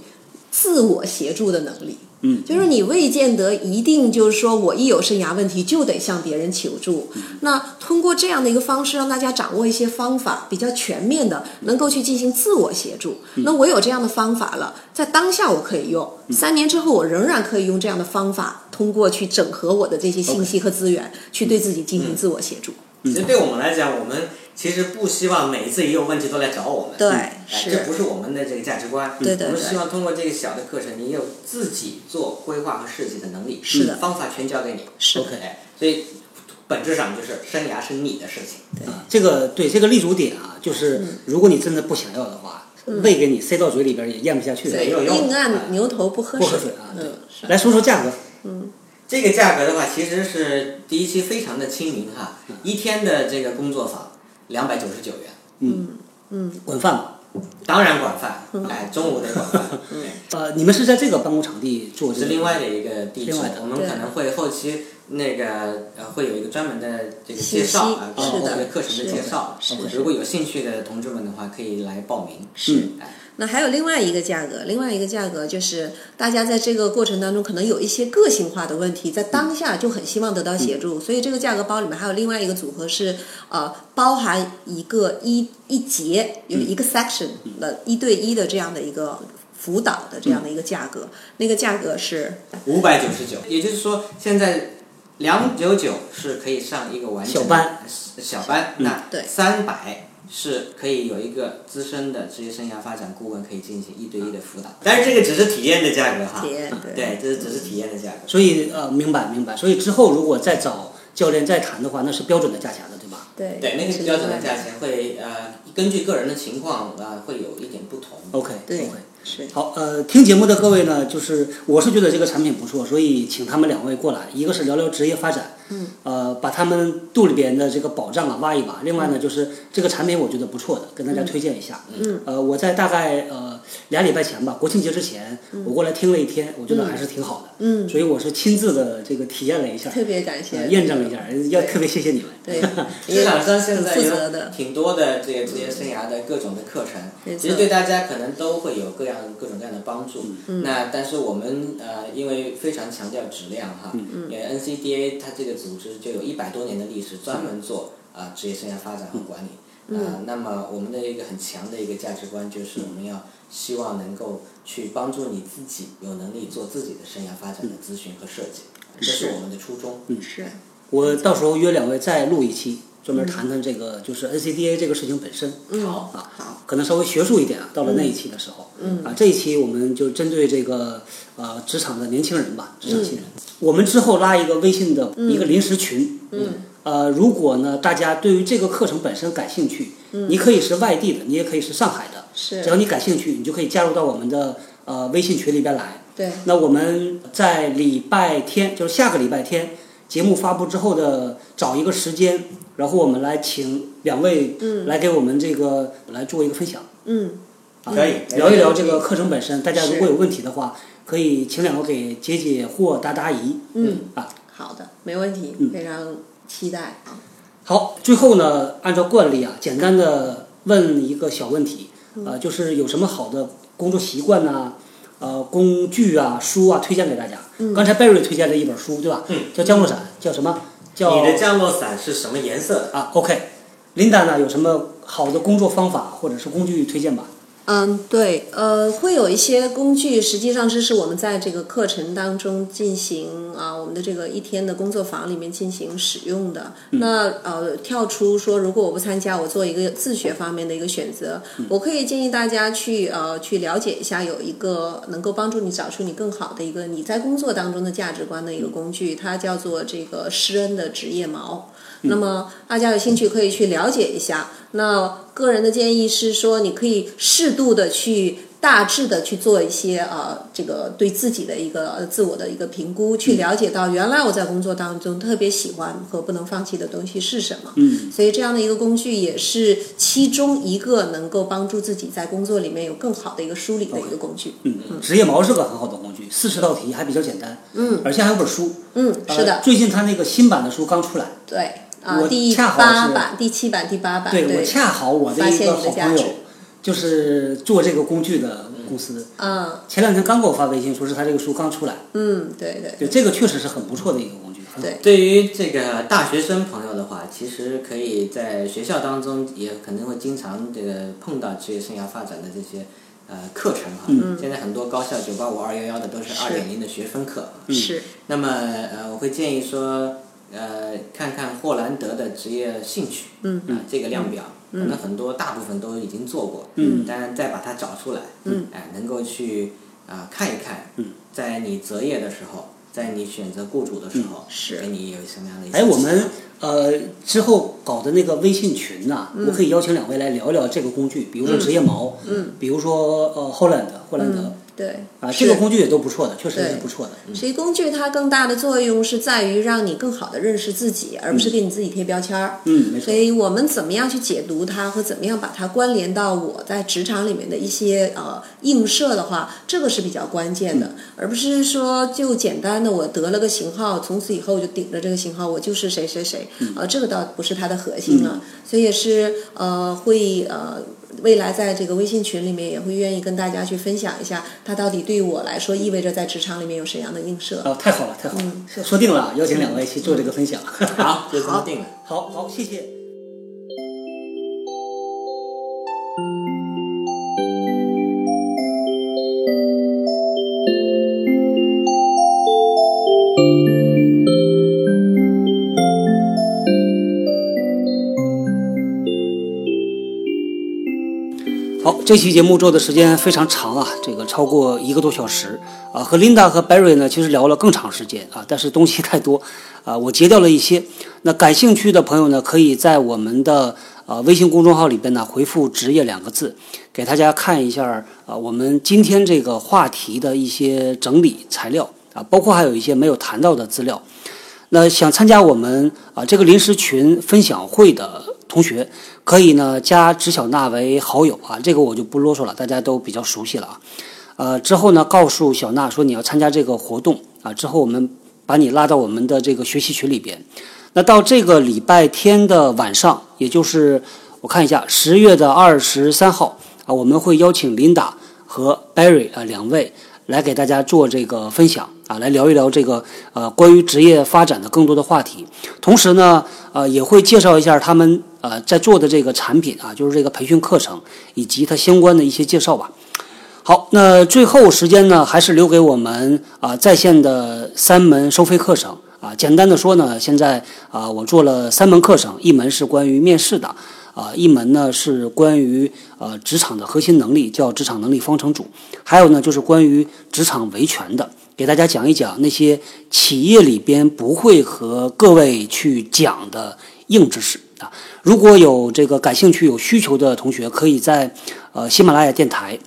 Speaker 4: 自我协助的能力。嗯，就是你未见得一定就是说我一有生涯问题就得向别人求助。那通过这样的一个方式，让大家掌握一些方法，比较全面的，能够去进行自我协助。那我有这样的方法了，在当下我可以用，三年之后我仍然可以用这样的方法，通过去整合我的这些信息和资源，去对自己进行自我协助。
Speaker 3: 其实对我们来讲，我们其实不希望每一次也有问题都来找我们。
Speaker 4: 对
Speaker 3: 哎
Speaker 4: 嗯是
Speaker 3: 这不是我们的这个价值观。
Speaker 4: 对对
Speaker 3: 我们
Speaker 4: 对
Speaker 3: 希望通过这个小的课程，你有自己做规划和设计的能力。
Speaker 4: 是的
Speaker 3: 嗯方法全交给你。
Speaker 4: 是的
Speaker 3: OK，哎所以本质上就是生涯是你的事情。对。
Speaker 2: 这个对这个立足点啊，就是如果你真的不想要的话，喂给你塞到嘴里边也咽不下去的，
Speaker 3: 对没有用
Speaker 4: 硬按牛头不喝
Speaker 2: 不
Speaker 4: 水。
Speaker 2: 喝水啊。对
Speaker 4: 嗯，是
Speaker 2: 来说说价格，
Speaker 3: 这个价格的话，其实是第一期非常的亲民哈，一天的这个工作坊两百九十九元，
Speaker 2: 管饭吧。
Speaker 3: 当然管饭，
Speaker 4: 嗯
Speaker 3: 哎，中午得管饭。对。
Speaker 2: 呃，你们是在这个办公场地做这
Speaker 3: 是
Speaker 2: 个？
Speaker 3: 另外的一个地址
Speaker 2: 另外的，
Speaker 3: 我们可能会后期那个呃会有一个专门的这个介
Speaker 4: 信息
Speaker 3: 绍啊，包
Speaker 4: 是
Speaker 3: 括
Speaker 4: 的
Speaker 3: 这个课程的介绍
Speaker 4: 是的是。的
Speaker 3: 如果有兴趣的同志们的话，可以来报名。
Speaker 2: 是
Speaker 4: 嗯
Speaker 3: 哎
Speaker 4: 那还有另外一个价格，另外一个价格就是大家在这个过程当中可能有一些个性化的问题，在当下就很希望得到协助，所以这个价格包里面还有另外一个组合是呃包含一个一一节有一个 section 的一对一的这样的一个辅导的这样的一个价格，那个价格是
Speaker 3: 五百九十九，也就是说现在两九九是可以上一个完整的
Speaker 2: 小班
Speaker 3: 呃小班，那
Speaker 4: 嗯对
Speaker 3: 三百是可以有一个资深的职业生涯发展顾问可以进行一对一的辅导，但是这个只是体验的价格哈，
Speaker 4: 体验对
Speaker 3: 对，这是只是体验的价格。
Speaker 2: 所以呃，明白明白。所以之后如果再找教练再谈的话，那是标准的价钱了，对吧？
Speaker 4: 对
Speaker 3: 对，那个
Speaker 4: 是
Speaker 3: 标准
Speaker 4: 另外
Speaker 3: 的价钱会呃，根据个人的情况呃，会有一点不同。
Speaker 2: OK
Speaker 4: 对
Speaker 2: OK。
Speaker 4: 是
Speaker 2: 好，呃，听节目的各位呢，就是我是觉得这个产品不错，所以请他们两位过来，一个是聊聊职业发展，嗯，呃，把他们肚里边的这个宝藏啊挖一挖。另外呢，就是这个产品我觉得不错的，跟大家推荐一下。嗯，呃，我在大概呃俩礼拜前吧，国庆节之前，我过来听了一天，我觉得还是挺好的。嗯，所以我是亲自的这个体验了一下，
Speaker 4: 特别感
Speaker 2: 呃
Speaker 4: 谢，
Speaker 2: 验证了一下，要特别谢谢你们。
Speaker 4: 对，
Speaker 3: 市场上现在
Speaker 4: 很负责
Speaker 3: 有
Speaker 4: 的，
Speaker 3: 挺多的这个职业生涯的各种的课
Speaker 4: 没
Speaker 3: 程，
Speaker 4: 错
Speaker 3: 其实对大家可能都会有各样各种各样的帮助。
Speaker 4: 嗯
Speaker 3: 那但是我们呃，因为非常强调质量哈，
Speaker 4: 嗯
Speaker 3: 因为 NCDA 它这个组织就有一百多年的历史，专门做啊、呃职业生涯发展和管理。
Speaker 4: 嗯
Speaker 3: 啊、那么我们的一个很强的一个价值观就是我们要希望能够去帮助你自己有能力做自己的生涯发展的咨询和设计，这是我们的初衷。
Speaker 4: 是
Speaker 2: 我到时候约两位再录一期，专门谈谈这个就是 NCDA 这个事情本身。
Speaker 3: 好
Speaker 2: 啊，
Speaker 4: 嗯好，
Speaker 2: 可能稍微学术一点啊。到了那一期的时候，嗯，啊，这一期我们就针对这个呃职场的年轻人吧，职场新人，我们之后拉一个微信的一个临时群，嗯，呃，如果呢大家对于这个课程本身感兴趣，你可以是外地的，你也可以是上海的，
Speaker 4: 是
Speaker 2: 只要你感兴趣，你就可以加入到我们的呃微信群里边来。
Speaker 4: 对，
Speaker 2: 那我们在礼拜天，就是下个礼拜天节目发布之后的找一个时间，然后我们来请两位来给我们这个、来做一个分享，啊
Speaker 4: 嗯，
Speaker 3: 可以
Speaker 2: 聊一聊这个课程本身。大家
Speaker 4: 是
Speaker 2: 如果有问题的话，可以请两位给解解惑、答答疑。嗯啊，
Speaker 4: 好的，没问题，非常期待啊，
Speaker 2: 好，最后呢，按照惯例啊，简单的问一个小问题，呃，就是有什么好的工作习惯呐、呃，工具啊、书啊，推荐给大家。刚才 Barry 推荐了一本书，对吧？
Speaker 3: 嗯
Speaker 2: 叫《降落伞》，叫什么？叫
Speaker 3: 你的降落伞是什么颜色的？
Speaker 2: 啊，OK。Linda 呢，有什么好的工作方法或者是工具推荐吧？
Speaker 4: 嗯，对，呃，会有一些工具，实际上这是我们在这个课程当中进行啊，我们的这个一天的工作坊里面进行使用的。那呃，跳出说，如果我不参加，我做一个自学方面的一个选择，我可以建议大家去呃去了解一下，有一个能够帮助你找出你更好的一个你在工作当中的价值观的一个工具，它叫做这个施恩的职业锚。
Speaker 2: 嗯
Speaker 4: 那么大家有兴趣可以去了解一下。那个人的建议是说，你可以适度的去。大致的去做一些呃，这个对自己的一个呃自我的一个评估，去了解到原来我在工作当中特别喜欢和不能放弃的东西是什么。嗯，所以这样的一个工具也是其中一个能够帮助自己在工作里面有更好的一个梳理的一个工具。嗯，
Speaker 2: 嗯，职业锚是个很好的工具，四十道题还比较简单。嗯，而且还有本书。
Speaker 4: 嗯
Speaker 2: 呃
Speaker 4: 是的
Speaker 2: 最近他那个新版的书刚出来。
Speaker 4: 对啊、
Speaker 2: 我
Speaker 4: 第
Speaker 2: 恰好
Speaker 4: 八
Speaker 2: 是
Speaker 4: 版、第七版、第八版，
Speaker 2: 对我恰好我的
Speaker 4: 发
Speaker 2: 一
Speaker 4: 现
Speaker 2: 个
Speaker 4: 你
Speaker 2: 好
Speaker 4: 的价
Speaker 2: 朋友
Speaker 4: 值，
Speaker 2: 就是做这个工具的公司，
Speaker 4: 嗯
Speaker 2: 前两天刚给我发微信说是他这个书刚出来，
Speaker 4: 嗯，对对
Speaker 2: 对，这个确实是很不错的一个工具，很好
Speaker 4: 对
Speaker 3: 对于这个大学生朋友的话，其实可以在学校当中也可能会经常这个碰到职业生涯发展的这些呃课程哈。现在很多高校九八五二幺幺的都是二点零的学分课。
Speaker 2: 嗯
Speaker 4: 是。
Speaker 3: 那么呃，我会建议说，呃，看看霍兰德的职业兴趣，嗯，啊、这个量表，可能很多大部分都已经做过，嗯，但再把它找出来，嗯，哎、能够去啊、看一看，嗯，在你择业的时候，在你选择雇主的时候，
Speaker 4: 是
Speaker 3: 给你有什么样的一些
Speaker 2: 哎，我
Speaker 3: 启
Speaker 2: 们
Speaker 3: 发
Speaker 2: 呃之后搞的那个微信群呐、
Speaker 4: 嗯
Speaker 2: 我可以邀请两位来聊一聊这个工具，比如说职业锚，嗯，比如说呃霍兰德，霍兰德
Speaker 4: 对
Speaker 2: 啊，
Speaker 4: 嗯是
Speaker 2: 这个工具也都不错的，确实是
Speaker 4: 对
Speaker 2: 不错的。嗯
Speaker 4: 所以工具它更大的作用是在于让你更好的认识自己，而不是给你自己贴标签儿。
Speaker 2: 嗯，没错
Speaker 4: 所。以我们怎么样去解读它，或怎么样把它关联到我在职场里面的一些呃映射的话，这个是比较关键的，而不是说就简单的我得了个型号，从此以后我就顶着这个型号，我就是谁谁谁，呃，这个倒不是它的核心了，所以也是呃会呃。未来在这个微信群里面也会愿意跟大家去分享一下，它到底对我来说意味着在职场里面有什么样的映射。
Speaker 2: 啊，太好了，太好了，
Speaker 4: 嗯
Speaker 2: 说定了，邀请两位去做这个分享。
Speaker 3: 好，就这么定了。
Speaker 2: 好好，谢谢。好，这期节目做的时间非常长啊，这个超过一个多小时啊。和 Linda 和 Barry 呢，其实聊了更长时间啊，但是东西太多啊，我截掉了一些。那感兴趣的朋友呢，可以在我们的呃微信公众号里边呢回复“职业”两个字，给大家看一下啊、我们今天这个话题的一些整理材料啊，包括还有一些没有谈到的资料。那想参加我们啊、这个临时群分享会的同学，可以呢加直小娜为好友啊，这个我就不啰嗦了，大家都比较熟悉了啊。呃，之后呢告诉小娜说你要参加这个活动啊，之后我们把你拉到我们的这个学习群里边。那到这个礼拜天的晚上，也就是我看一下，十月的二十三号啊，我们会邀请琳达和 Barry 啊两位来给大家做这个分享啊，来聊一聊这个呃关于职业发展的更多的话题。同时呢，呃也会介绍一下他们呃在做的这个产品啊，就是这个培训课程以及它相关的一些介绍吧。好，那最后时间呢，还是留给我们啊、在线的三门收费课程啊。简单的说呢，现在啊、我做了三门课程，一门是关于面试的啊、一门呢是关于呃职场的核心能力，叫职场能力方程组，还有呢就是关于职场维权的，给大家讲一讲那些企业里边不会和各位去讲的硬知识啊。如果有这个感兴趣、有需求的同学，可以在呃喜马拉雅电台。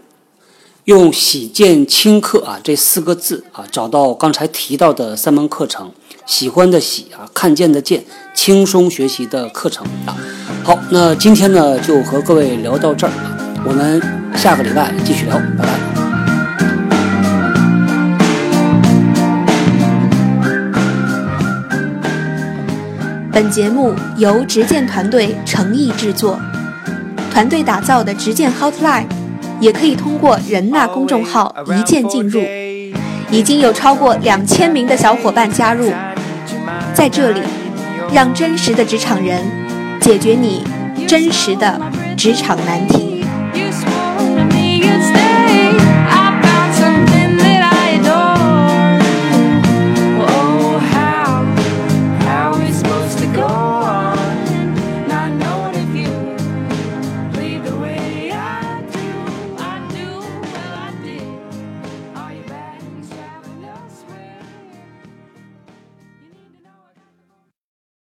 Speaker 2: 用“喜见轻课”啊这四个字啊，找到刚才提到的三门课程，喜欢的喜啊，看见的见，轻松学习的课程啊。好，那今天呢就和各位聊到这儿啊，我们下个礼拜继续聊，拜拜。
Speaker 1: 本节目由执剑团队诚意制作，团队打造的执剑 Hotline 也可以通过人纳公众号一键进入，已经有超过两千名的小伙伴加入，在这里，让真实的职场人解决你真实的职场难题。